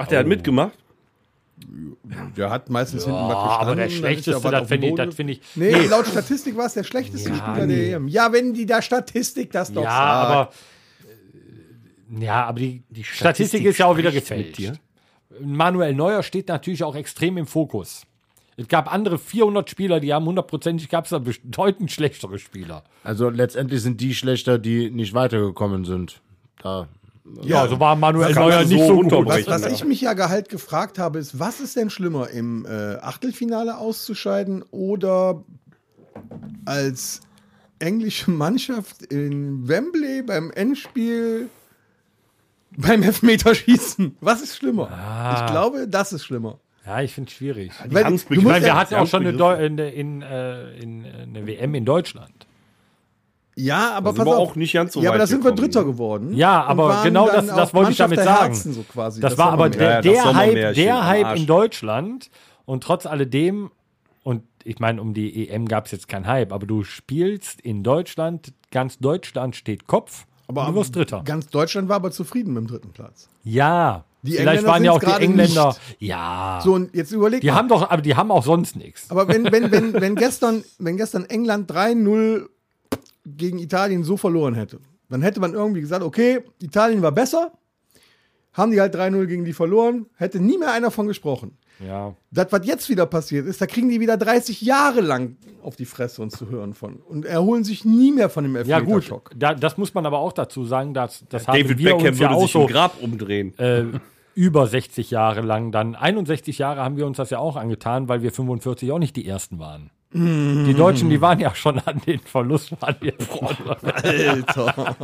S4: Ach, der hat mitgemacht?
S2: Der hat meistens hinten was
S3: Ah,
S2: gestanden.
S3: aber der
S2: dann ist
S3: schlechteste,
S2: er was
S3: das
S2: auf dem
S3: finde ich-
S2: Boden
S3: das finde ich-
S2: Nee,
S3: nee.
S2: laut Statistik war es der schlechteste
S3: Ja,
S2: Spieler
S3: nee.
S2: der EM. Ja, wenn die da Statistik das doch
S3: ja,
S2: sagt.
S3: aber. äh, Ja, aber die, die Statistik, ist ja auch wieder gefälscht. Manuel Neuer steht natürlich auch extrem im Fokus. Es gab andere 400 Spieler, die haben hundertprozentig, gab es da bedeutend schlechtere Spieler.
S5: Also letztendlich sind die schlechter, die nicht weitergekommen sind. Da.
S3: Ja, so war Manuel
S4: Das kann
S3: Neuer
S4: man
S3: nicht
S4: so
S3: so gut.
S4: runterbrechen.
S2: Was, was
S4: Ja.
S2: ich mich ja gehalt gefragt habe, ist, was ist denn schlimmer, im äh, Achtelfinale auszuscheiden oder als englische Mannschaft in Wembley beim Endspiel beim Elfmeterschießen? Was ist schlimmer?
S3: Ah.
S2: Ich glaube, das ist schlimmer.
S3: Ja, ich finde es schwierig.
S2: Weil,
S4: haben's
S2: du
S4: begriffen.
S2: musst
S3: Weil wir
S2: ja,
S3: hatten auch schon eine, Deu
S4: begriffen.
S3: in, in, äh, in, äh, eine WM in Deutschland.
S2: ja,
S3: also
S2: aber
S4: Da
S2: pass
S4: sind wir
S2: auf.
S4: auch nicht ganz so
S2: ja, aber
S4: weit
S2: da sind wir
S4: gekommen,
S2: Dritter
S4: ne?
S2: geworden.
S3: Ja,
S2: und
S3: aber
S2: waren
S3: genau
S2: dann
S3: das, das
S2: auf
S3: wollte ich damit
S2: Mannschaft der
S3: sagen.
S2: Herzen so quasi.
S3: Das, war aber
S2: man-
S3: der,
S4: Ja, das
S3: der Hype,
S4: Sommermärchen,
S3: der Hype in
S4: Arsch.
S3: Deutschland. Und trotz alledem, und ich meine, um die EM gab es jetzt keinen Hype, aber du spielst in Deutschland, ganz Deutschland steht Kopf.
S2: aber
S3: und du wirst Dritter.
S2: Ganz Deutschland war aber zufrieden mit dem dritten Platz.
S3: Ja.
S2: Die
S3: Vielleicht
S2: Engländer
S3: waren ja auch
S2: sind's
S3: die
S2: gerade
S3: Engländer. Ja.
S2: So, und jetzt überleg
S3: Ah. die
S2: mal.
S3: haben doch, aber die haben auch sonst nichts.
S2: Aber wenn, wenn, wenn, wenn, gestern, wenn gestern England 3-0 gegen Italien so verloren hätte, dann hätte man irgendwie gesagt, okay, Italien war besser, haben die halt 3-0 gegen die verloren, hätte nie mehr einer von gesprochen.
S3: Ja.
S2: Das, was jetzt wieder passiert ist, da kriegen die wieder 30 Jahre lang auf die Fresse uns zu hören von und erholen sich nie mehr von dem
S3: Ja, gut.
S2: Elfmeterschock.
S3: Da, das muss man aber auch dazu sagen, dass, das haben
S4: David
S3: wir
S4: Beckham
S3: uns ja
S4: würde
S3: auch
S4: sich
S3: so
S4: im Grab umdrehen.
S3: äh, über 60 Jahre lang dann. 61 Jahre haben wir uns das ja auch angetan, weil wir 45 auch nicht die Ersten waren. Die Deutschen, die waren ja schon an den Verlust. An den
S2: Alter.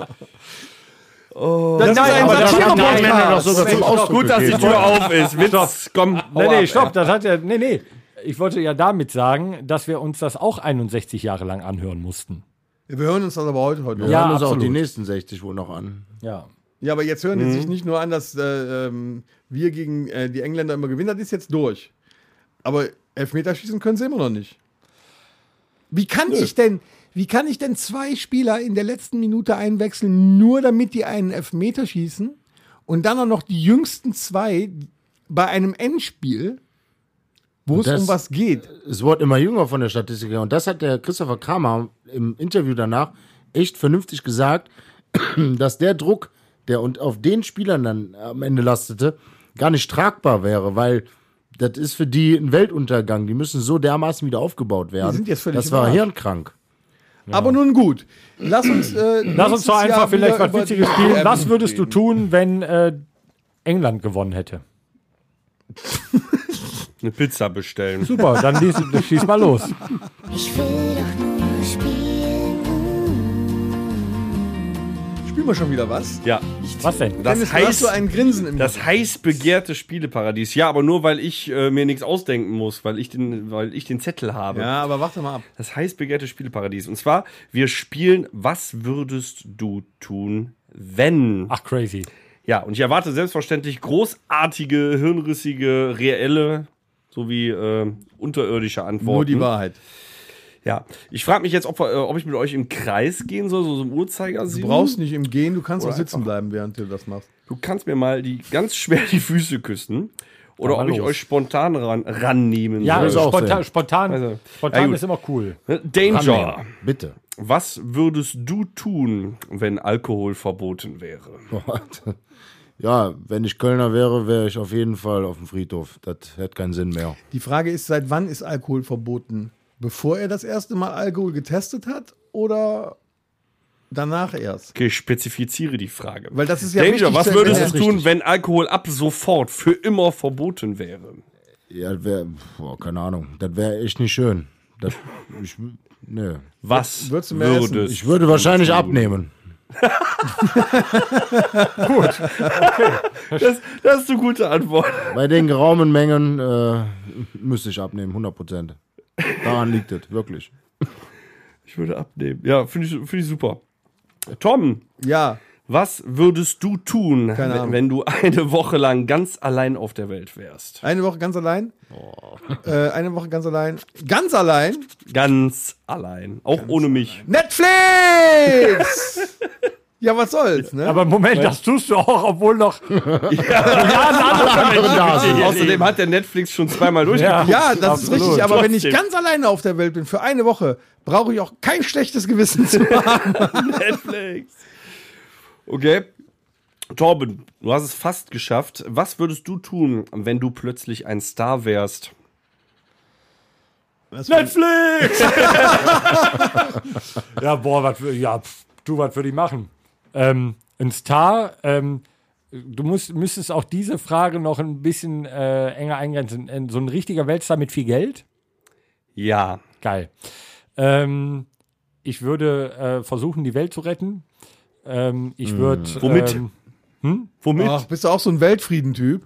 S3: Nein,
S2: aber das-
S5: nein, nein, nein, das sogar zum Ausdruck
S4: Gut, dass die Tür auf ist. Witz, komm.
S3: Nee, nee, stopp, das hat ja. Nee, nee. Ich wollte ja damit sagen, dass wir uns das auch 61 Jahre lang anhören mussten.
S2: Wir hören uns das aber heute heute noch.
S5: Wir
S3: Ja,
S5: hören uns auch
S3: absolut.
S5: die nächsten 60 wohl noch an.
S3: Ja.
S2: ja, aber jetzt hören die
S3: Mhm.
S2: sich nicht nur an, dass äh, ähm, wir gegen äh, die Engländer immer gewinnen, das ist jetzt durch. Aber Elfmeterschießen können sie immer noch nicht. Wie kann ich denn, wie kann ich denn zwei Spieler in der letzten Minute einwechseln, nur damit die einen Elfmeter schießen und dann auch noch die jüngsten zwei bei einem Endspiel, wo es
S5: das-
S2: um was geht?
S5: Es wurde immer jünger von der Statistik her. Und das hat der Christopher Kramer im Interview danach echt vernünftig gesagt, dass der Druck, der und auf den Spielern dann am Ende lastete, gar nicht tragbar wäre, weil das ist für die ein Weltuntergang. Die müssen so dermaßen wieder aufgebaut werden.
S2: Die sind jetzt völlig
S5: das war
S2: überrascht.
S5: hirnkrank.
S2: Aber nun gut, lass uns äh,
S3: Lass uns doch einfach vielleicht was Witziges
S2: Ähm,
S3: spielen. Was würdest du
S2: tun?
S3: tun, wenn äh, England gewonnen hätte?
S4: Eine Pizza bestellen.
S3: Super, dann lies, schieß mal los.
S7: Ich will doch nur spielen.
S2: Spielen wir schon wieder was?
S4: Ja.
S3: Was denn?
S4: Das
S2: Dennis, du hast
S4: heißt,
S2: so ein Grinsen im
S4: das heiß begehrte Spieleparadies. Ja, aber nur weil ich äh, mir nichts ausdenken muss, weil ich den, weil ich den Zettel habe.
S2: Ja, aber warte mal ab.
S4: Das heiß begehrte Spieleparadies. Und zwar, wir spielen, was würdest du tun, wenn?
S3: Ach, crazy.
S4: Ja, und ich erwarte selbstverständlich großartige, hirnrissige, reelle sowie äh, unterirdische Antworten.
S2: Nur die Wahrheit.
S4: Ja, ich frage mich jetzt, ob, wir, äh, ob ich mit euch im Kreis gehen soll, so, so im Uhrzeigersinn.
S2: Du brauchst nicht im Gehen, du kannst
S4: Oder
S2: auch sitzen bleiben, während du das machst.
S4: Du kannst mir mal die ganz schwer die Füße küssen. Oder
S3: mal
S4: ob ich
S3: los.
S4: euch spontan ran, rannehmen
S3: Ja,
S5: Würde ich auch
S3: spontan,
S5: sehen.
S3: spontan,
S4: Also, ja,
S3: spontan
S4: gut.
S3: ist immer cool.
S4: soll. Danger.
S5: Annehmen. Bitte.
S4: Was würdest du tun, wenn Alkohol verboten wäre?
S5: Ja, wenn ich Kölner wäre, wäre ich auf jeden Fall auf dem Friedhof. Das hätte keinen Sinn mehr.
S2: Die Frage ist, seit wann ist Alkohol verboten? Bevor er das erste Mal Alkohol getestet hat oder danach erst?
S4: Okay, ich spezifiziere die Frage.
S2: Weil das ist ja
S4: Danger,
S2: wichtig
S4: was
S2: zu
S4: würdest du
S2: erklären.
S4: tun, wenn Alkohol ab sofort für immer verboten wäre?
S5: Ja, wär, boah, keine Ahnung. Das wäre echt nicht schön. Das, ich, nee.
S4: Was
S2: Würdest du mehr essen?
S4: würdest
S5: ich würde wahrscheinlich abnehmen.
S4: Das, das ist eine gute Antwort.
S5: Bei den geraumen Mengen äh, müsste ich abnehmen, 100 Prozent. Daran liegt es, wirklich.
S4: Ich würde abnehmen. Ja, finde ich, find ich super. Tom,
S2: Ja,
S4: Was würdest du tun,
S2: Keine
S4: wenn,
S2: Ahnung.
S4: wenn du eine Woche lang ganz allein auf der Welt wärst?
S2: Eine Woche ganz allein. Äh, eine Woche ganz allein. Ganz allein.
S4: Ganz allein. Auch ohne mich.
S2: Netflix! ja, was soll's, ne?
S3: Aber Moment, das tust du auch, obwohl noch
S5: da sind.
S4: Ah, Außerdem hat der Netflix schon zweimal durchgeguckt.
S2: ja, das ist richtig, aber wenn ich
S4: Trotzdem.
S2: ganz alleine auf der Welt bin für eine Woche, brauche ich auch kein schlechtes Gewissen zu haben.
S4: Netflix. Okay. Torben, du hast es fast geschafft. Was würdest du tun, wenn du plötzlich ein Star wärst?
S3: Netflix! ja, boah, was wür- ja, pf, du, was würde ich machen? Ähm, ein Star, ähm, du musst, müsstest auch diese Frage noch ein bisschen äh, enger eingrenzen. Ein- So ein richtiger Weltstar mit viel Geld?
S4: Ja.
S3: Geil. Ähm, ich würde äh, versuchen, die Welt zu retten. Ähm, ich würde.
S4: Womit?
S3: Ähm,
S4: Womit?
S2: Ach, bist du auch so ein Weltfriedentyp?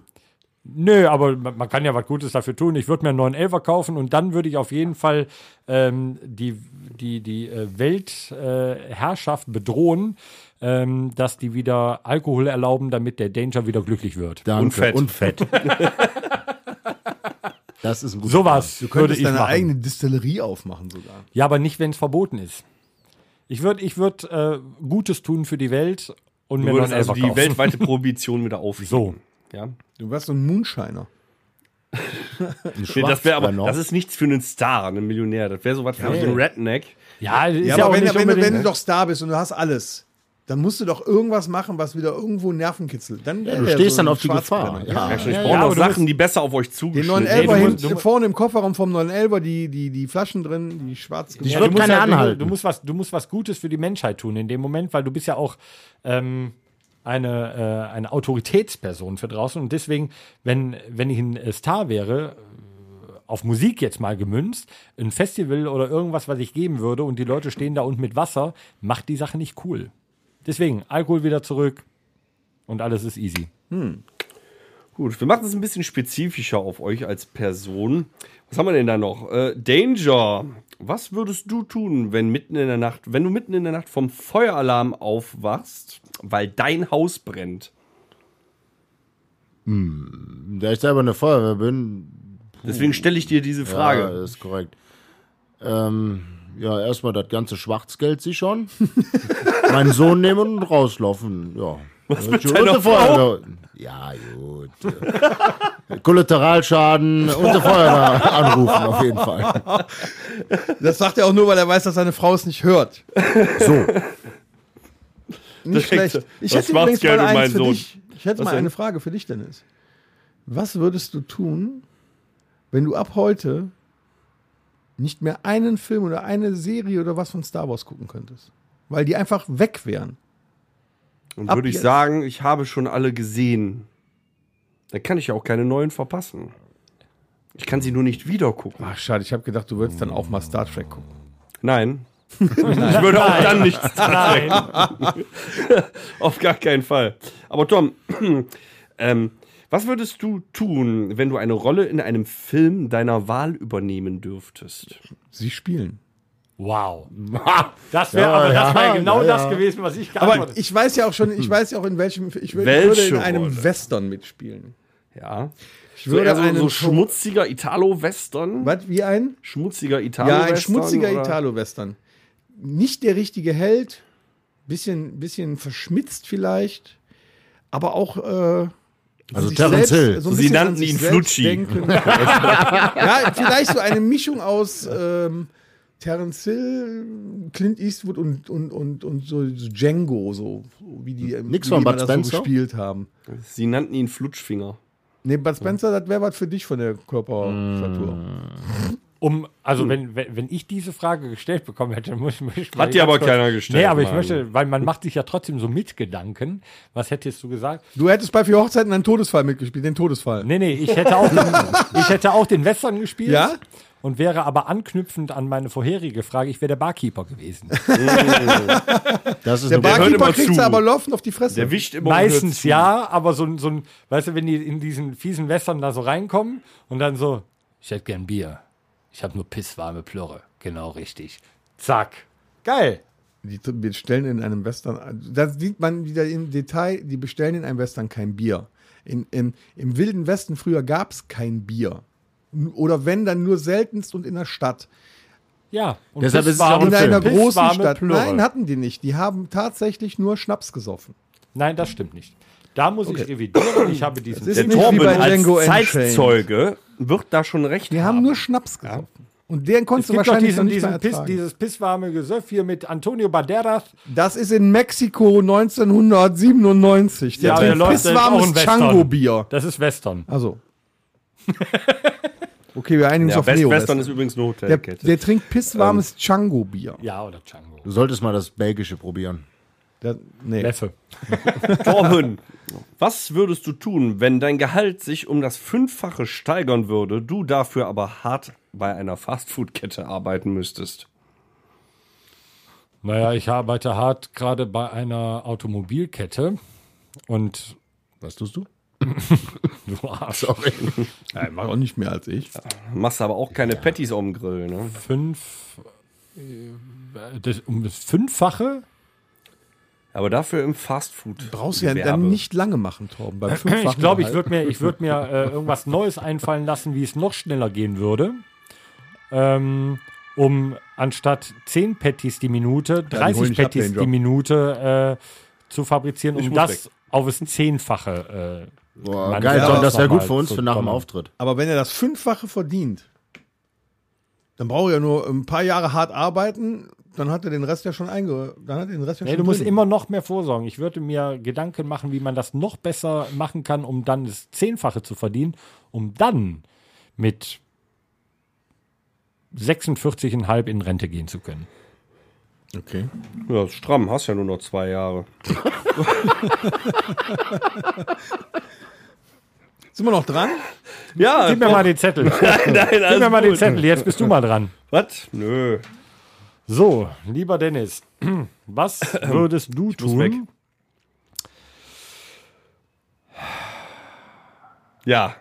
S3: Nö, aber ma- man kann ja was Gutes dafür tun. Ich würde mir einen neuen Elfer kaufen und dann würde ich auf jeden Fall ähm, die, die, die äh, Weltherrschaft äh, Herrschaft bedrohen, ähm, dass die wieder Alkohol erlauben, damit der Danger wieder glücklich wird.
S5: Danke.
S4: Und fett.
S5: Und fett. das ist ein guter
S3: Sowas würde ich
S2: deine
S3: machen.
S2: eigene Distillerie aufmachen sogar.
S3: Ja, aber nicht, wenn es verboten ist. Ich würde ich würd, äh, Gutes tun für die Welt und mir
S4: Du
S3: einen neuen
S4: würdest
S3: Elfer
S4: also die
S3: kaufen.
S4: weltweite Prohibition wieder aufheben.
S3: so.
S4: Ja.
S2: Du wärst so ein Moonshiner.
S4: Nee, das wäre aber,
S5: noch.
S4: das ist nichts für einen Star, einen Millionär. Das wäre sowas für einen Redneck.
S3: Ja, ist ja,
S2: Ja,
S3: auch
S2: aber wenn,
S3: nicht
S2: wenn, du-
S3: unbedingt, ne-
S2: wenn du doch Star bist und du hast alles, dann musst du doch irgendwas machen, was wieder irgendwo Nerven kitzelt. Dann
S5: du stehst dann auf die Gefahr.
S2: Ja.
S5: Ja.
S4: Ich
S5: Ja.
S4: brauche
S3: ja, aber
S4: noch
S3: du
S4: Sachen, die besser auf euch
S2: Den 9
S4: zugeschnitten
S2: Elber
S3: Nee, du
S2: hin,
S3: musst- du-
S2: vorne im Kofferraum vom 9 Elber, die, die, die Flaschen drin, die schwarz
S5: Ich
S3: Ja,
S5: würde
S3: du musst
S5: keine
S3: ja, du-
S5: anhalten.
S3: Du musst, was, du musst was Gutes für die Menschheit tun in dem Moment, weil du bist ja auch ähm, eine, äh, eine Autoritätsperson für draußen. Und deswegen, wenn, wenn ich ein äh, Star wäre, äh, auf Musik jetzt mal gemünzt, ein Festival oder irgendwas, was ich geben würde und die Leute stehen da unten mit Wasser, macht die Sache nicht cool. Deswegen, Alkohol wieder zurück und alles ist easy.
S4: Gut, wir machen es ein bisschen spezifischer auf euch als Person. Was haben wir denn da noch? Äh, Danger. Was würdest du tun, wenn mitten in der Nacht, wenn du mitten in der Nacht vom Feueralarm aufwachst, weil dein Haus brennt?
S5: Da ich selber eine Feuerwehr bin,
S4: Deswegen stelle ich dir diese
S5: Ja,
S4: Frage.
S5: das ist korrekt. Ähm, ja, erstmal das ganze Schwarzgeld sichern, meinen Sohn nehmen und rauslaufen. Ja. Was mit
S4: deiner
S5: Ja, gut. Kollateralschaden und die Feuerwehr anrufen, auf jeden Fall.
S2: Das sagt er auch nur, weil er weiß, dass seine Frau es nicht hört.
S5: So,
S2: Nicht
S4: Direkt,
S2: schlecht. Ich
S4: was
S2: hätte übrigens
S4: macht's
S2: mal
S4: gerne, mein
S2: eins für
S4: Sohn?
S2: dich. Ich hätte
S4: Was
S2: mal
S4: denn?
S2: eine Frage für dich, Dennis. Was würdest du tun, wenn du ab heute nicht mehr einen Film oder eine Serie oder was von Star Wars gucken könntest? Weil die einfach weg wären.
S4: Und
S2: ab
S4: würde ich
S2: jetzt.
S4: sagen, ich habe schon alle gesehen. Dann kann ich ja auch keine neuen verpassen. Ich kann sie nur nicht wieder gucken.
S2: Ach, schade, ich habe gedacht, du würdest dann auch mal Star Trek gucken.
S4: Nein. Ich würde auch dann nichts Nein. Auf gar keinen Fall. Aber Tom, ähm, was würdest du tun, wenn du eine Rolle in einem Film deiner Wahl übernehmen dürftest?
S2: Sie spielen.
S3: Wow. Das wäre
S5: Ja,
S3: aber
S5: ja,
S3: das wär genau
S5: ja,
S3: das
S5: ja.
S3: gewesen, was ich geantwortet
S2: Aber ich weiß ja auch schon, ich weiß ja auch in welchem, ich würde, ich
S4: Welche
S2: würde in einem
S4: Rolle?
S2: Western mitspielen.
S4: Ja.
S2: Ich
S4: So, eher
S2: würde
S4: so,
S2: einen
S4: so
S2: Schmuck.
S4: schmutziger Italo-Western.
S2: Was, wie ein?
S4: Schmutziger
S2: Ja,
S4: Italo-Western.
S2: ein schmutziger
S4: oder-
S2: Italo-Western. Nicht der richtige Held, bisschen, bisschen verschmitzt vielleicht, aber auch. Äh,
S5: Also
S2: sich
S5: Terence Hill.
S2: so
S4: Sie
S2: bisschen an
S4: nannten
S2: sich
S4: ihn
S2: selbst
S4: Flutschi.
S2: denken. ja, vielleicht so eine Mischung aus ähm, Terence Hill, Clint Eastwood und, und, und, und so Django, so wie die,
S5: Nix
S2: wie
S5: von
S2: die immer
S5: Bud
S2: das
S5: Spencer?
S2: so gespielt haben.
S4: Sie nannten ihn Flutschfinger.
S2: Nee, Bud Spencer, das wäre was für dich von der Körperstatur.
S5: Hm.
S3: Um, also wenn, wenn, wenn ich diese Frage gestellt bekommen hätte, muss ich mich
S4: Hm. Hat dir aber keiner gestellt,
S3: Nee, aber ich
S4: Mann.
S3: möchte, weil man macht sich ja trotzdem so Mitgedanken. Was hättest du gesagt?
S2: Du hättest bei vier Hochzeiten einen Todesfall mitgespielt, den Todesfall.
S3: Nee, nee, ich hätte auch den, ich hätte auch den Western gespielt.
S2: Ja?
S3: Und wäre aber anknüpfend an meine vorherige Frage, ich wäre der Barkeeper gewesen.
S5: das ist
S2: Der
S4: hört
S5: eine gute-
S2: Barkeeper
S4: immer
S2: kriegt
S4: zu.
S2: sie aber laufend auf die Fresse.
S4: Der wischt immer und
S3: Meistens
S4: hört
S3: ja, aber so, ein- so ein, weißt du, wenn die in diesen fiesen Western da so reinkommen und dann so, ich hätte gern Bier. Ich habe nur pisswarme Plörre. Genau richtig. Zack. Geil.
S2: Die t- bestellen in einem Western, da sieht man wieder im Detail, die bestellen in einem Western kein Bier. In, in, Im Wilden Westen früher gab es kein Bier. N- Oder wenn, dann nur seltenst und in der Stadt.
S3: Ja. Und
S5: Deshalb ist es
S3: pisswarme-
S5: auch
S2: In
S5: ein Film.
S2: einer
S3: pisswarme
S2: großen Stadt.
S3: Plörre.
S2: Nein, hatten die nicht. Die haben tatsächlich nur Schnaps gesoffen.
S3: Nein, das stimmt nicht. Da muss ich revidieren. Ich habe diesen
S2: ist
S4: Der
S2: nicht wie
S4: Torben
S2: bei
S4: als
S2: Django Unchained.
S4: Zeitzeuge wird da schon recht
S2: Die haben nur Schnaps gesoffen. Und den
S3: Es
S2: konntest du
S3: gibt doch
S2: wahrscheinlich noch
S3: diesen,
S2: nicht mehr
S3: diesen Piss,
S2: ertragen.
S3: dieses pisswarme Gesöff hier mit Antonio Banderas.
S2: Das ist in Mexiko 1997. Der
S3: Ja, aber
S2: trinkt
S3: der läuft, der ist auch
S2: pisswarmes
S3: ein Western.
S2: Chango-Bier.
S3: Das ist Western.
S2: Also. Okay, wir einigen uns
S4: Ja,
S2: auf
S4: West
S2: Neo.
S4: Western ist übrigens eine
S2: der,
S4: Hotelkette.
S2: der trinkt pisswarmes Chango-Bier.
S3: Ähm, Ja, oder Django.
S5: Du solltest mal das Belgische probieren.
S2: Der- Nee.
S3: Leffe.
S4: Torben, was würdest du tun, wenn dein Gehalt sich um das Fünffache steigern würde, du dafür aber hart bei einer Fastfood-Kette arbeiten müsstest?
S3: Naja, ich arbeite hart gerade bei einer Automobilkette. Und
S5: Was tust du?
S3: du Arsch,
S5: Sorry.
S2: Ja, er war äh, auch nicht mehr als ich.
S4: Machst aber auch keine Patties auf dem Grill, ne?
S3: fünf. äh, Das, um das Fünffache?
S4: Aber dafür im Fastfood.
S2: Brauchst du ja
S4: Gewerbe.
S2: dann nicht lange machen, Torben. Beim
S3: Ich
S2: fünffachen
S3: glaube, ich
S2: Gehalt.
S3: würde mir, ich würd mir äh, irgendwas Neues einfallen lassen, wie es noch schneller gehen würde. Ähm, um anstatt 10 Patties die Minute,
S2: hol
S3: 30
S2: dich ab,
S3: Patties
S2: Danger.
S3: die Minute äh, zu fabrizieren, um
S4: muss
S3: das auf das Zehnfache. Äh,
S5: Boah,
S3: Man
S5: geil,
S3: soll
S5: Tom,
S3: das
S5: das wäre
S3: noch
S5: gut
S3: mal
S5: für uns
S3: zu
S5: für nach dem
S3: kommen.
S5: Auftritt.
S2: Aber wenn er das Fünffache verdient, dann braucht er ja nur ein paar Jahre hart arbeiten, dann hat er den Rest ja schon einge... Dann hat er den Rest ja
S3: nee,
S2: schon
S3: du musst
S2: drin.
S3: immer noch mehr vorsorgen. Ich würde mir Gedanken machen, wie man das noch besser machen kann, um dann das Zehnfache zu verdienen, um dann mit 46,5 in Rente gehen zu können.
S2: Okay.
S4: Ja, ist stramm, hast ja nur noch zwei Jahre.
S2: Sind wir noch dran?
S4: Ja,
S3: Gib mir mal den Zettel.
S4: nein,
S3: Gib mir mal den
S4: alles gut.
S3: Zettel, jetzt bist du mal dran.
S4: Was? Nö.
S3: So, lieber Dennis, was würdest du
S4: muss weg.
S3: tun?
S4: Ja,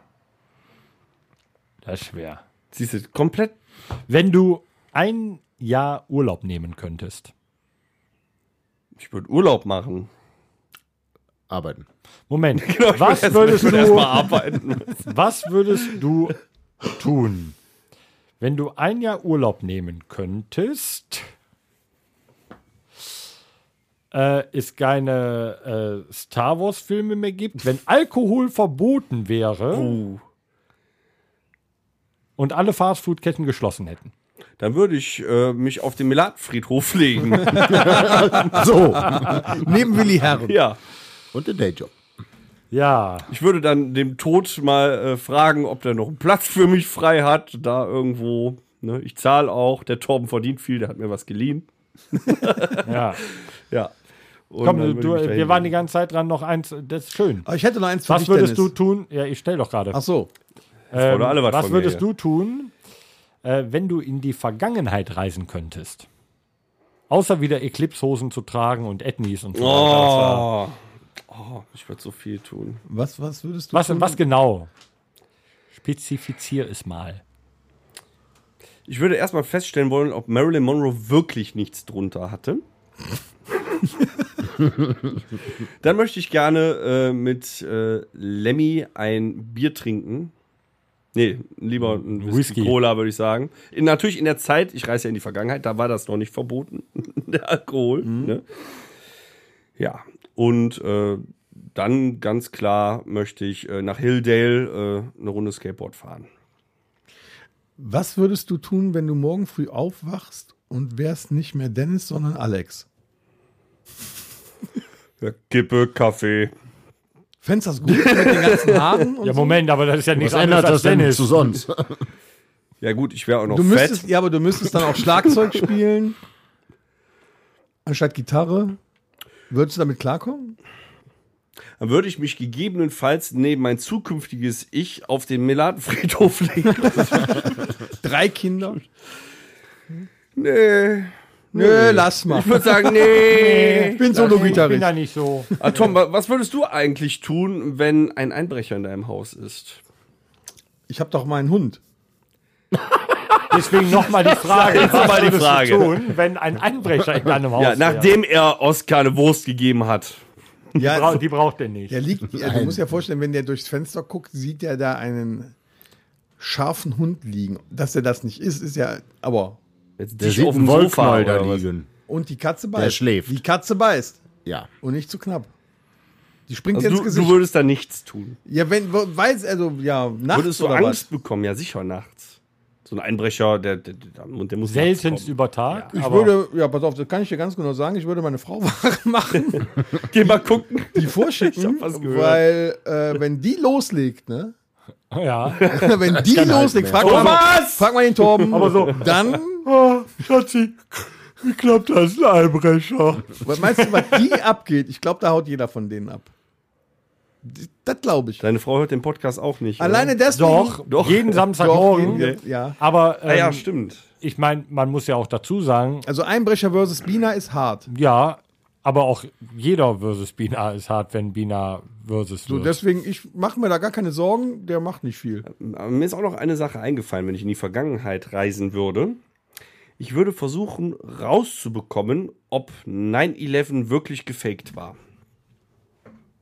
S3: Das ist schwer.
S4: siehst du, komplett.
S3: Wenn du ein Jahr Urlaub nehmen könntest.
S4: Ich würde Urlaub machen.
S5: Arbeiten.
S3: Moment, was, würdest
S4: Genau, Ich würd
S3: du,
S4: erstmal arbeiten.
S3: was würdest du tun, wenn du ein Jahr Urlaub nehmen könntest? Äh, es keine äh, Star Wars-Filme mehr gibt, wenn Alkohol verboten wäre
S4: Oh.
S3: und alle Fastfood-Ketten geschlossen hätten.
S4: Dann würde ich äh, mich auf den Melatfriedhof legen.
S5: So.
S2: Neben Willi Herren.
S4: ja.
S5: Und den Dayjob.
S3: Ja,
S4: Ich würde dann dem Tod mal äh, fragen, ob der noch einen Platz für mich frei hat. Da irgendwo. Ne? Ich zahle auch. Der Torben verdient viel, der hat mir was geliehen.
S3: ja.
S4: Ja. Und
S3: Komm, du,
S4: dann würde ich mich Ah, dahin
S3: wir waren die
S4: legen.
S3: ganze Zeit dran, noch eins, das ist schön.
S2: Aber Ah, ich hätte noch eins für
S3: Was
S2: dich,
S3: würdest du
S2: Dennis.
S3: tun? Ja, ich stell doch gerade.
S2: Ach so.
S3: Ähm,
S4: wollen alle was
S3: was
S4: von mir
S3: würdest
S4: hier.
S3: du tun, äh, wenn du in die Vergangenheit reisen könntest? Außer wieder Eclipse-Hosen zu tragen und Ethnies und so weiter.
S4: Oh. oh, ich würde so viel tun.
S2: Was, was würdest du
S3: Was,
S2: tun?
S3: was genau? Spezifizier es mal.
S4: Ich würde erstmal feststellen wollen, ob Marilyn Monroe wirklich nichts drunter hatte. Dann möchte ich gerne äh, mit äh, Lemmy ein Bier trinken. Nee, lieber ein Whisky,
S3: Whisky.
S4: Cola, würde ich sagen. In, natürlich in der Zeit, ich reise ja in die Vergangenheit, da war das noch nicht verboten, der Alkohol. Ne? Ja, und äh, dann ganz klar möchte ich äh, nach Hilldale äh, eine Runde Skateboard fahren.
S2: Was würdest du tun, wenn du morgen früh aufwachst und wärst nicht mehr Dennis, sondern Alex?
S4: Ja, Kippe, Kaffee.
S2: Fändest das gut mit den ganzen Haaren? Und
S3: Ja, Moment, aber das ist ja
S5: Was
S3: nichts anderes
S5: ändert das
S3: als
S5: denn
S3: Dennis.
S5: zu sonst?
S4: Ja gut, ich wäre auch noch
S2: So? Du
S4: fett.
S2: müsstest, ja, aber du müsstest dann auch Schlagzeug spielen. Anstatt Gitarre. Würdest du damit klarkommen?
S4: Dann würde ich mich gegebenenfalls neben mein zukünftiges Ich auf den Melatenfriedhof legen.
S2: Drei Kinder?
S4: nee.
S2: Nö, lass mal.
S4: Ich würde sagen, nee.
S2: Ich bin
S3: Ich bin da
S2: Solo-Gitarrist.
S3: nicht so.
S4: Ah, Tom, wa- was würdest du eigentlich tun, wenn ein Einbrecher in deinem Haus ist?
S2: Ich habe doch meinen Hund.
S3: Deswegen nochmal die Frage,
S4: Jetzt noch mal die
S3: würdest du
S4: Frage.
S3: tun, wenn ein Einbrecher in deinem Haus
S4: Ja,
S3: wäre?
S4: nachdem er Oskar eine Wurst gegeben hat.
S2: Ja,
S3: Bra die braucht er nicht.
S2: der liegt, ja, du musst dir vorstellen, wenn der durchs Fenster guckt, sieht er da einen scharfen Hund liegen. Dass er das nicht ist, ist ja, aber.
S4: Jetzt
S5: Der
S4: dich
S5: sieht einen Wollknäuel da
S4: oder was?
S5: liegen.
S2: Und die Katze beißt.
S5: schläft.
S2: Die Katze beißt.
S5: Ja.
S2: Und nicht zu knapp. Die springt dir
S4: Also
S2: ins
S4: du,
S2: Gesicht.
S4: du würdest da nichts tun.
S2: ja, wenn, wo- weiß, also, ja, nachts
S4: Würdest du
S2: oder
S4: Angst
S2: was?
S4: bekommen? Ja, sicher nachts. So ein Einbrecher, der, der, der, und der muss nachts
S3: Seltenst
S4: kommen.
S3: über Tag.
S2: Ich
S3: aber
S2: würde, ja, pass auf, das kann ich dir ganz genau sagen, ich würde meine Frau wach machen,
S4: Geh mal gucken.
S2: die vorschicken,
S4: Ich hab was
S2: weil, äh, wenn die loslegt, ne?
S3: ja.
S2: Wenn die
S4: halt
S2: loslegt, frag, mal, frag mal den Torben,
S3: Aber so. Ah,
S2: dann,
S3: Schatzi, ich glaube, da ist ein Einbrecher.
S2: was meinst du, was die abgeht? Ich glaube, da haut jeder von denen ab. Das glaube ich.
S4: Deine Frau hört den Podcast auch nicht.
S2: Alleine
S4: oder?
S2: deswegen.
S3: Doch,
S4: Doch.
S3: jeden Samstagmorgen.
S2: jeden- ja.
S3: Aber
S4: Ah, ja,
S3: ähm,
S4: stimmt.
S3: ich meine, man muss ja auch dazu sagen,
S2: Also Einbrecher versus Bina ist hart.
S3: ja, aber auch jeder versus Bina ist hart, wenn Bina versus
S2: So,
S3: wird.
S2: deswegen, ich mache mir da gar keine Sorgen, der macht nicht viel.
S4: Aber Äh, mir ist auch noch eine Sache eingefallen, wenn ich in die Vergangenheit reisen würde. Ich würde versuchen, rauszubekommen, ob 9-11 wirklich gefaked war.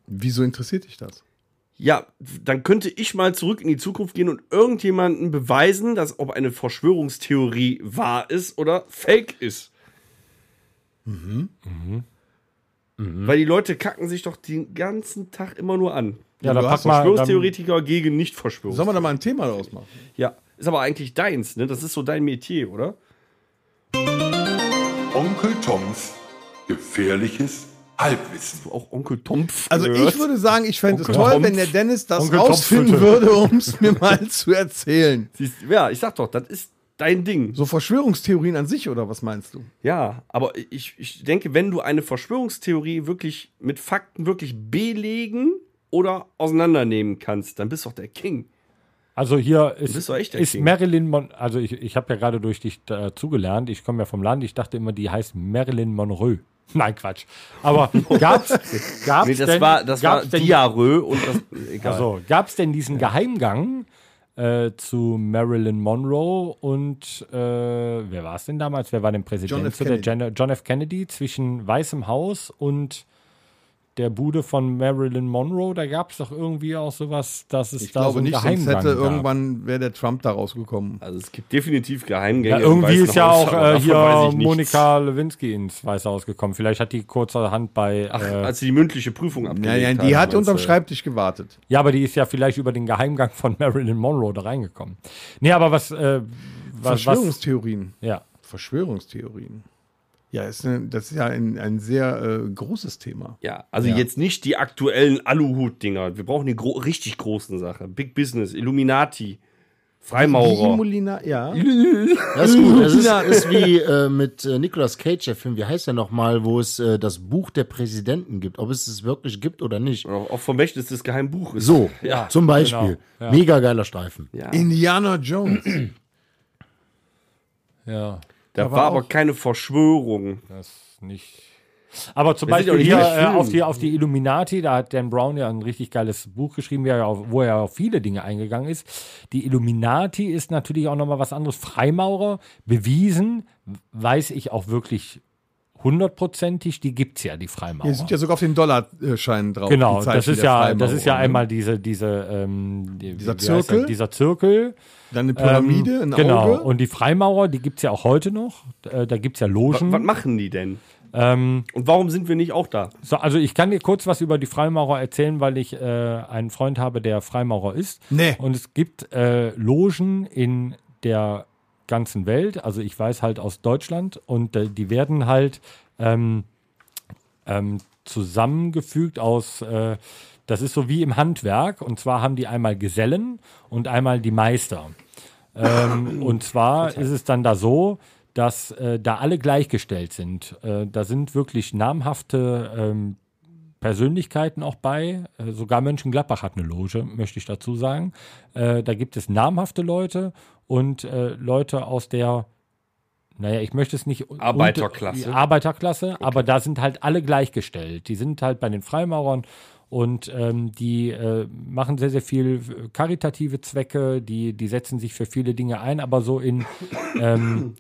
S2: Wieso interessiert dich das?
S4: Ja, dann könnte ich mal zurück in die Zukunft gehen und irgendjemanden beweisen, dass ob eine Verschwörungstheorie wahr ist oder fake ist. Mhm. Weil die Leute kacken sich doch den ganzen Tag immer nur an.
S3: ja, dann
S2: du
S3: pack
S2: hast
S3: mal. Dann,
S4: Verschwörungstheoretiker gegen Nichtverschwörung.
S2: Sollen wir da mal ein Thema draus machen?
S4: Ja, ist aber eigentlich deins, ne? Das ist so dein Metier, oder?
S1: Onkel Toms gefährliches Halbwissen.
S4: Auch Onkel Tompf.
S2: Also
S4: gehört.
S2: ich würde sagen, ich fände es
S4: Onkel
S2: toll,
S4: Tompf.
S2: wenn der Dennis das
S3: Onkel Tompf,
S2: rausfinden
S3: bitte.
S2: würde, um es mir mal zu erzählen.
S4: Siehst, ja, ich sag doch, das ist dein Ding.
S2: So Verschwörungstheorien an sich, oder was meinst du?
S4: Ja, aber ich, ich denke, wenn du eine Verschwörungstheorie wirklich mit Fakten wirklich belegen oder auseinandernehmen kannst, dann bist doch der King.
S3: also hier
S4: bist
S3: ist,
S4: doch echt der
S3: ist
S4: King.
S3: Marilyn Mon Also ich, ich habe ja gerade durch dich dazugelernt. Ich komme ja vom Land. Ich dachte immer, die heißt Marilyn Monroe. Nein, Quatsch. Aber gab's, gab's
S4: Nee, das
S3: denn,
S4: war, das war
S3: gab's denn-
S4: Diarö und das. Egal.
S3: Also, gab es denn diesen Geheimgang äh, zu Marilyn Monroe und äh, wer war es denn damals? Wer war denn Präsident?
S2: John F.
S3: Zu der
S2: Kennedy.
S3: Gen- John F. Kennedy zwischen Weißem Haus und der Bude von Marilyn Monroe. Da gab es doch irgendwie auch sowas, dass es
S2: Ich
S3: da so
S2: glaube
S3: einen
S2: nicht, sonst
S3: Geheimgang
S2: hätte
S3: gab.
S2: irgendwann wäre der Trump da rausgekommen.
S4: also es gibt definitiv Geheimgänge.
S3: ja,
S4: im
S3: irgendwie
S4: Weißen
S3: ist ja
S4: Haus,
S3: auch
S4: aber
S3: äh,
S4: davon weiß
S3: hier
S4: ich nichts.
S3: Monika Lewinsky ins Weiße Haus gekommen. Vielleicht hat die kurzerhand bei.
S4: Ach,
S3: äh,
S4: als sie die mündliche Prüfung abgelegt
S2: Nein, nein, die
S4: haben,
S2: hat
S4: meinst
S2: unterm
S4: du?
S2: Schreibtisch gewartet.
S3: ja, aber die ist ja vielleicht über den Geheimgang von Marilyn Monroe da reingekommen. Nee, aber was. Äh, was, was
S2: Verschwörungstheorien.
S3: ja.
S2: Verschwörungstheorien. Ja, ist ne, das ist ja ein, ein sehr äh, großes Thema.
S4: Ja, also jetzt nicht die aktuellen Aluhut-Dinger. Wir brauchen die gro richtig großen Sachen. Big Business,
S2: Die
S4: Illuminati, Freimaurer.
S2: Molina, ja.
S5: Das ist gut. Das ist, ist wie äh, mit äh, Nicolas Cage, der Film, wie heißt der nochmal, wo es äh, das Buch der Präsidenten gibt, ob es es wirklich gibt oder nicht.
S4: Auch auch vom Mächtnis des Geheimbuches.
S5: So,
S4: Ja,
S5: zum Beispiel.
S3: genau, ja.
S5: Mega geiler Streifen.
S4: Ja.
S2: Indiana Jones.
S3: Ja,
S4: Da
S2: Da
S4: war,
S2: war
S4: aber
S2: auch-
S4: keine Verschwörung.
S3: das nicht. Aber zum
S4: Das sieht
S3: Beispiel
S4: doch nicht
S3: hier
S4: wirklich
S3: äh,
S4: schlimm.
S3: auf, die, auf die Illuminati, da hat Dan Brown ja ein richtig geiles Buch geschrieben, wie er ja auf- wo er auf viele Dinge eingegangen ist. Die Illuminati ist natürlich auch nochmal was anderes. Freimaurer, bewiesen, weiß ich auch wirklich hundertprozentig, die gibt's ja, die Freimaurer.
S2: Hier sind ja sogar auf den Dollarschein drauf.
S3: Genau,
S2: die Zeichen
S3: das ist
S2: der
S3: ja, das ist ja
S2: Freimaurer, ne?
S3: einmal diese, diese, ähm, die-
S2: Dieser
S3: wie heißt das?
S2: Zirkel.
S3: dieser Zirkel,
S2: Dann eine Pyramide, ein
S3: Ähm, genau.
S2: Auge.
S3: Und die Freimaurer, die gibt's ja auch heute noch. Äh, da gibt's ja
S4: Was,
S3: Logen.
S4: was machen die denn?
S3: ähm,
S4: Und warum sind wir nicht auch da?
S3: So, also ich kann dir kurz was über die Freimaurer erzählen, weil ich äh, einen Freund habe, der Freimaurer ist.
S2: Nee.
S3: Und es gibt äh, Logen in der ganzen Welt. Also ich weiß halt aus Deutschland und äh, die werden halt ähm, ähm, zusammengefügt aus. Äh, das ist so wie im Handwerk. Und zwar haben die einmal Gesellen und einmal die Meister. Ähm, und zwar ist es dann da so, dass äh, da alle gleichgestellt sind. Äh, da sind wirklich namhafte ähm, Persönlichkeiten auch bei. Äh, sogar Mönchengladbach hat eine Loge, möchte ich dazu sagen. Äh, da gibt es namhafte Leute und äh, Leute aus der naja, ich möchte es nicht. un-
S4: Arbeiterklasse.
S3: unter- die Arbeiterklasse, aber da sind halt alle gleichgestellt. Die sind halt bei den Freimaurern Und ähm, die äh, machen sehr, sehr viel äh, karitative Zwecke, die, die setzen sich für viele Dinge ein, aber so in, ähm,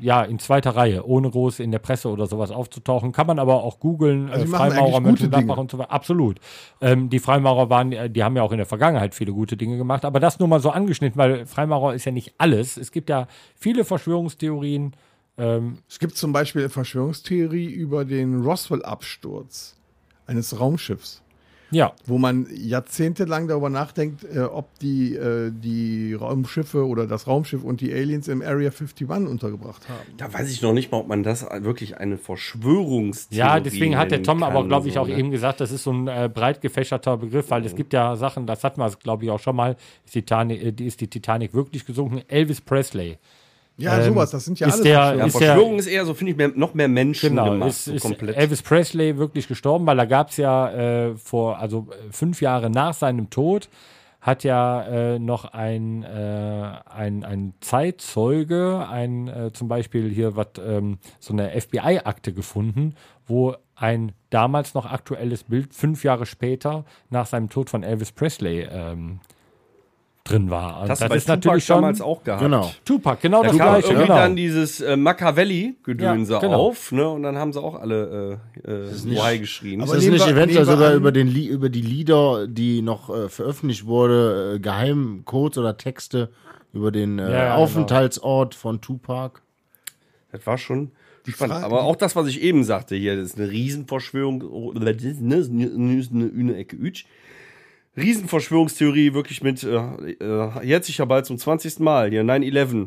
S3: ja, in zweiter Reihe, ohne groß in der Presse oder sowas aufzutauchen. Kann man aber auch googeln,
S2: Also
S3: äh,
S2: die machen eigentlich
S3: Freimaurer,
S2: gute
S3: Mönchengladbach
S2: Dinge.
S3: und so weiter. Absolut. Ähm, die Freimaurer waren, äh, die haben ja auch in der Vergangenheit viele gute Dinge gemacht, aber das nur mal so angeschnitten, weil Freimaurer ist ja nicht alles. Es gibt ja viele Verschwörungstheorien. Ähm,
S2: Es gibt zum Beispiel eine Verschwörungstheorie über den Roswell-Absturz eines Raumschiffs,
S3: ja,
S2: wo man jahrzehntelang darüber nachdenkt, äh, ob die, äh, die Raumschiffe oder das Raumschiff und die Aliens im Area 51 untergebracht haben.
S4: Da weiß ich noch nicht mal, ob man das wirklich eine Verschwörungstheorie
S3: ja, deswegen hat der
S4: nennen
S3: Tom aber,
S4: kann,
S3: glaube ich,
S4: so,
S3: auch
S4: ne?
S3: eben gesagt, das ist so ein äh, breit gefächerter Begriff, weil es gibt ja Sachen, das hatten wir, glaube ich, auch schon mal, ist, Titanic, äh, die- ist die Titanic wirklich gesunken? Elvis Presley.
S2: Ja,
S3: Ähm,
S2: sowas, das sind ja
S3: ist
S2: alles
S3: der-
S4: Ja,
S2: Verschwörungs-
S3: ist
S4: Verschwörung ist eher so, finde ich, mehr, noch mehr Menschen
S3: Genau,
S4: gemacht.
S3: ist,
S4: so
S3: ist
S4: komplett.
S3: Elvis Presley wirklich gestorben, weil da gab es ja äh, vor, also äh, fünf Jahre nach seinem Tod, hat ja äh, noch ein, äh, ein, ein Zeitzeuge, ein äh, zum Beispiel hier was, ähm, so eine FBI-Akte gefunden, wo ein damals noch aktuelles Bild fünf Jahre später nach seinem Tod von Elvis Presley ähm, drin war. Und
S4: das hat bei Tupac damals auch gehabt.
S5: Genau.
S3: Tupac, genau
S4: Da
S3: das
S4: kam
S3: gleiche.
S4: irgendwie
S3: genau.
S4: dann dieses äh, Machiavelli-Gedönse
S3: Ja, genau.
S4: auf, ne? Und dann haben sie auch alle äh, äh, Why geschrien.
S2: Aber
S5: Ist das
S2: nehmen
S5: nicht
S2: wir-
S5: eventuell
S2: nehmen wir
S5: sogar
S2: an-
S5: über, den, Lie- über die Lieder, die noch äh, veröffentlicht wurde, äh, Geheimcodes oder Texte über den äh,
S3: ja, genau.
S5: Aufenthaltsort von Tupac?
S4: Das war schon spannend.
S2: Frage-
S4: Aber auch das, was ich eben sagte hier, das ist eine Riesenverschwörung. oh, Das ist ne- ist ne- ist ne- eine Ecke Ütsch. Riesenverschwörungstheorie, wirklich mit, äh, äh, jetzt sicher bald zum 20. Mal, hier 9-11,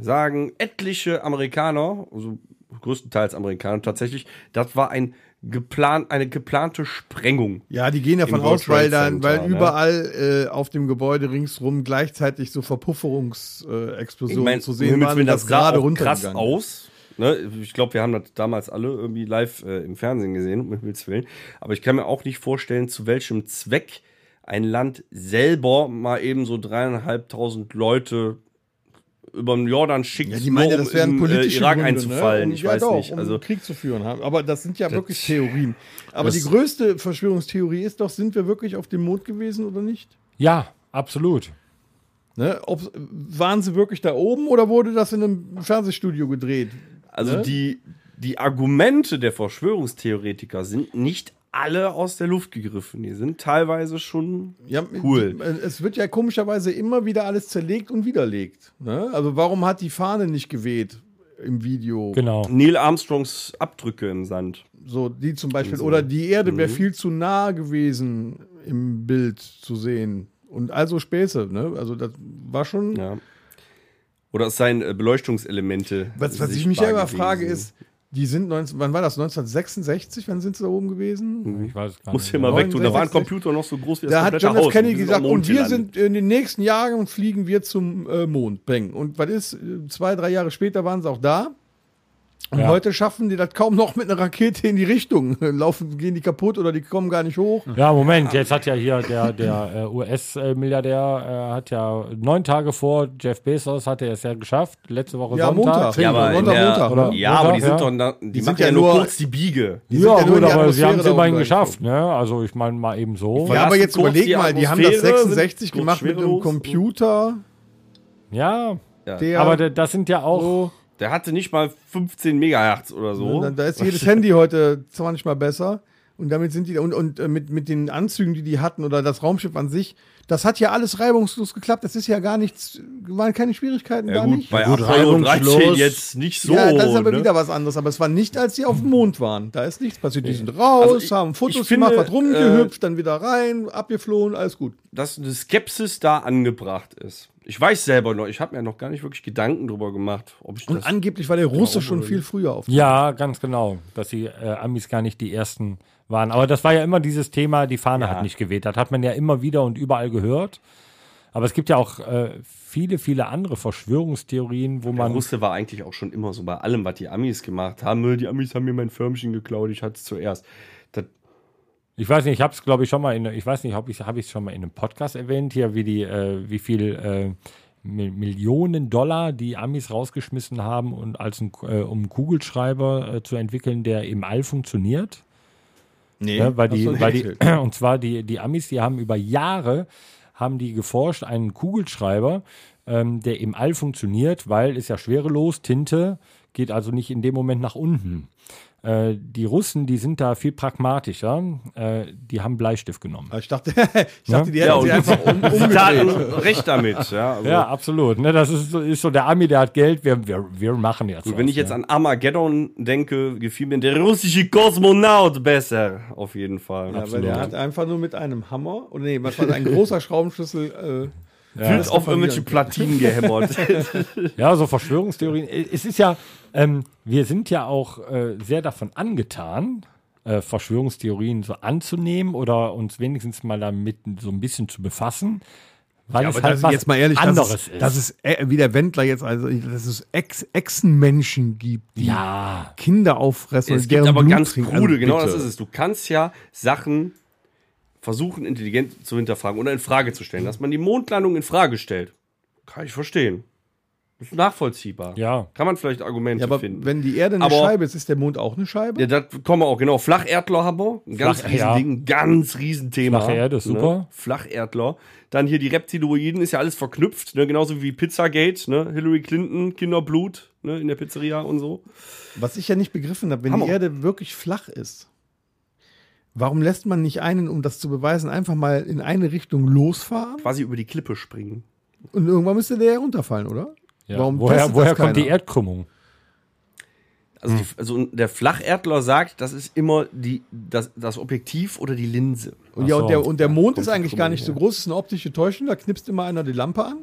S4: sagen etliche Amerikaner, also größtenteils Amerikaner tatsächlich, das war ein geplant, eine geplante Sprengung.
S2: Ja, die gehen davon
S4: Im World
S2: aus, weil
S4: Trade
S2: dann, weil
S4: Center, ne?
S2: überall äh, auf dem Gebäude ringsrum gleichzeitig so Verpufferungsexplosionen äh, Explosionen zu sehen
S4: um Himmels
S2: waren, und
S4: Willen,
S2: das
S4: sah
S2: gerade
S4: auch krass
S2: runtergegangen. ist.
S4: aus. Ne? Ich glaube, wir haben das damals alle irgendwie live äh, im Fernsehen gesehen, um Himmels Willen. Aber ich kann mir auch nicht vorstellen, zu welchem Zweck ein Land selber mal eben so dreieinhalbtausend Leute über den Jordan schickt,
S2: Ja, die meinen ja,
S4: nur
S2: das wären
S4: im, äh,
S2: politische
S4: Irak
S2: Gründe,
S4: einzufallen.
S2: Ne? Um,
S4: Ich
S2: ja,
S4: weiß
S2: doch,
S4: nicht.
S2: Um
S4: Also,
S2: Krieg zu führen haben. Aber das sind ja wirklich Theorien. Aber
S5: das-
S2: die größte Verschwörungstheorie ist doch, sind wir wirklich auf dem Mond gewesen oder nicht?
S3: Ja, absolut.
S2: Ne? Ob, waren sie wirklich da oben oder wurde das in einem Fernsehstudio gedreht?
S4: also
S2: ne?
S4: die, die Argumente der Verschwörungstheoretiker sind nicht alle aus der Luft gegriffen. Die sind teilweise schon
S2: Ja,
S4: cool.
S2: die- äh, Es wird ja komischerweise immer wieder alles zerlegt und widerlegt. Ne? Also warum hat die Fahne nicht geweht im Video?
S3: Genau.
S4: Neil Armstrongs Abdrücke im Sand.
S2: So die zum Beispiel. Oder die Erde
S4: Mhm.
S2: wäre viel zu nah gewesen im Bild zu sehen. Und also Späße, ne? Also das war schon.
S4: Ja. Oder es seien äh, Beleuchtungselemente.
S2: was was ich
S4: sichtbar
S2: mich ja immer
S4: gewesen.
S2: frage ist, die sind 19, wann war das? 1966? Wann sind sie da oben gewesen?
S4: Mhm.
S3: Ich weiß gar
S4: Muss
S3: nicht
S4: hier
S3: mehr.
S4: mal weg tun. Da war ein
S2: 69.
S4: Computer noch so groß wie das
S2: Da hat
S4: komplette
S2: John F.
S4: Haus.
S2: Kennedy
S4: Wir sind
S2: gesagt,
S4: am Mond
S2: und wir
S4: gelandet.
S2: sind in den nächsten Jahren fliegen wir zum äh, Mond. Bang. Und was ist? Äh, Zwei, drei Jahre später waren sie auch da. Und
S3: Ja.
S2: heute schaffen die das kaum noch mit einer Rakete in die Richtung. Laufen, gehen die kaputt oder die kommen gar nicht hoch.
S3: Ja, Moment, jetzt hat ja hier der, der äh, US-Milliardär äh, hat ja neun Tage vor Jeff Bezos hat er es ja geschafft. Letzte Woche
S2: Ja,
S3: Sonntag.
S2: Montag. Ja, aber
S4: in
S2: Montag,
S4: der-
S2: Montag, oder?
S4: Ja, aber die
S3: Montag,
S4: sind doch, na- die,
S2: sind
S4: machen
S2: ja
S4: ja nur
S2: nur-
S4: kurz die Biege.
S2: Die sind
S3: Ja,
S2: nur in
S3: gut,
S2: die
S3: aber sie
S2: Atmosphäre
S3: haben es
S2: da
S3: immerhin
S2: oben
S3: geschafft, ne? Also ich meine mal eben so.
S4: Ja,
S2: Ja, aber
S4: lassen
S2: jetzt
S4: kurz
S2: überleg
S4: die
S2: mal, die haben das
S4: Atmosphäre, sind
S2: 66
S4: kurz
S2: gemacht mit einem
S4: schwerelos.
S2: Computer.
S3: Ja,
S2: Der,
S3: aber da- das sind ja auch.
S4: Der hatte nicht mal 15 Megahertz oder so.
S2: da, da ist jedes Handy heute 20 mal besser. Und damit sind die da- und, und äh, mit, mit den Anzügen, die die hatten oder das Raumschiff an sich, das hat ja alles reibungslos geklappt. Das ist ja gar nichts, waren keine Schwierigkeiten,
S4: ja
S2: gar
S4: gut,
S2: nicht.
S4: bei
S5: Gut,
S4: Apollo 13
S5: reibungslos.
S4: jetzt nicht so.
S2: ja, das ist aber
S4: ne?
S2: wieder was anderes. Aber es war nicht, als sie auf dem Mond waren. Da ist nichts passiert. Die sind raus,
S4: Also ich-
S2: haben
S4: ich
S2: Fotos
S4: finde, äh,
S2: gemacht, was rumgehüpft, dann wieder rein, abgeflohen, alles gut.
S4: dass eine Skepsis da angebracht ist. Ich weiß selber noch, ich habe mir noch gar nicht wirklich Gedanken drüber gemacht, ob ich
S2: Und
S4: das
S2: angeblich war der Russe schon viel früher auf.
S3: Ja, ganz genau, dass die äh, Amis gar nicht die ersten waren. Aber das war ja immer dieses Thema, die Fahne hat nicht geweht. Das hat man ja immer wieder und überall gehört. Aber es gibt ja auch äh, viele, viele andere Verschwörungstheorien, wo
S4: Der
S3: man.
S4: Russe war eigentlich auch schon immer so bei allem, was die Amis gemacht haben. Äh, Die Amis haben mir mein Förmchen geklaut, ich hatte es zuerst. Das,
S3: Ich weiß nicht, ich habe es glaube ich schon mal in, ich weiß nicht, ob ich habe ich schon mal in einem Podcast erwähnt hier, wie die, äh, wie viel äh, Mi- Millionen Dollar die Amis rausgeschmissen haben und als ein, äh, um einen Kugelschreiber äh, zu entwickeln, der im All funktioniert.
S8: Nee.
S3: Ne, weil
S2: hast du
S3: die,
S2: nicht
S3: weil die,
S2: erzählt.
S3: und zwar die, die Amis, die haben über Jahre haben die geforscht, einen Kugelschreiber, ähm, der im All funktioniert, weil ist ja schwerelos, Tinte geht also nicht in dem Moment nach unten. Äh, die Russen, die sind da viel pragmatischer, äh, die haben Bleistift genommen.
S2: Ich dachte, ich dachte die hätten
S4: und
S2: sie einfach um,
S4: Da hat
S2: umgedreht.
S4: ein recht damit. Ja, also,
S3: Ja, absolut. Ne, das ist so, ist so der Ami, der hat Geld, wir, wir, wir machen jetzt.
S4: Und
S3: was,
S4: wenn ich
S3: ne?
S4: jetzt an Armageddon denke, gefiel mir der russische Kosmonaut besser. Auf jeden Fall.
S2: Ja, weil der hat einfach nur mit einem Hammer, oder nee, was war das, ein großer Schraubenschlüssel. Äh,
S4: Wird auf irgendwelche Platinen gehämmert.
S3: Ja, so Verschwörungstheorien. Äh, Es ist ja, ähm, wir sind ja auch äh, sehr davon angetan, äh, Verschwörungstheorien so anzunehmen oder uns wenigstens mal damit so ein bisschen zu befassen. Weil es halt was anderes
S2: dass es,
S3: ist.
S2: Dass es äh, wie der Wendler jetzt, also dass es Ex Echsenmenschen gibt, die
S3: ja,
S2: Kinder auffressen
S4: es
S2: und
S4: gibt
S2: deren
S4: aber
S2: Blut
S4: ganz
S2: trinken.
S4: krude,
S2: Also
S4: genau
S2: bitte.
S4: das ist es. Du kannst ja Sachen versuchen, intelligent zu hinterfragen oder in Frage zu stellen. Dass man die Mondlandung in Frage stellt, kann ich verstehen. Ist nachvollziehbar.
S3: ja.
S4: Kann man vielleicht Argumente
S2: Ja, aber
S4: finden.
S2: wenn die Erde eine
S4: Aber-
S2: Scheibe ist, ist der Mond auch eine Scheibe?
S4: ja, das kommen wir auch, genau. Flacherdler haben wir. Ein ganz
S3: Flach-
S4: riesen
S3: ja.
S4: Ding, ganz riesen Thema.
S3: Flache Erde ist super.
S4: Flacherdler. Dann hier die Reptiloiden, ist ja alles verknüpft, ne? genauso wie Pizzagate, ne? Hillary Clinton, Kinderblut ne? in der Pizzeria und so.
S2: Was ich ja nicht begriffen habe, wenn
S4: Hammer.
S2: die Erde wirklich flach ist, warum lässt man nicht einen, um das zu beweisen, einfach mal in eine Richtung losfahren
S4: Quasi über die Klippe springen.
S2: und irgendwann müsste der ja runterfallen, oder?
S3: ja.
S2: Warum
S3: woher
S2: testet
S3: woher
S2: das
S3: kommt die
S2: keiner?
S3: Erdkrümmung?
S4: Also,
S3: Hm.
S4: die, also der Flacherdler sagt, das ist immer die, das, das Objektiv oder die Linse.
S2: Und, ja,
S3: Ach so.
S2: und, der, und der Mond ist
S4: kommt
S2: eigentlich
S4: die
S2: gar
S4: Krümmung,
S2: nicht so
S4: ja.
S2: groß, ist eine optische Täuschung, da knipst immer einer die Lampe an.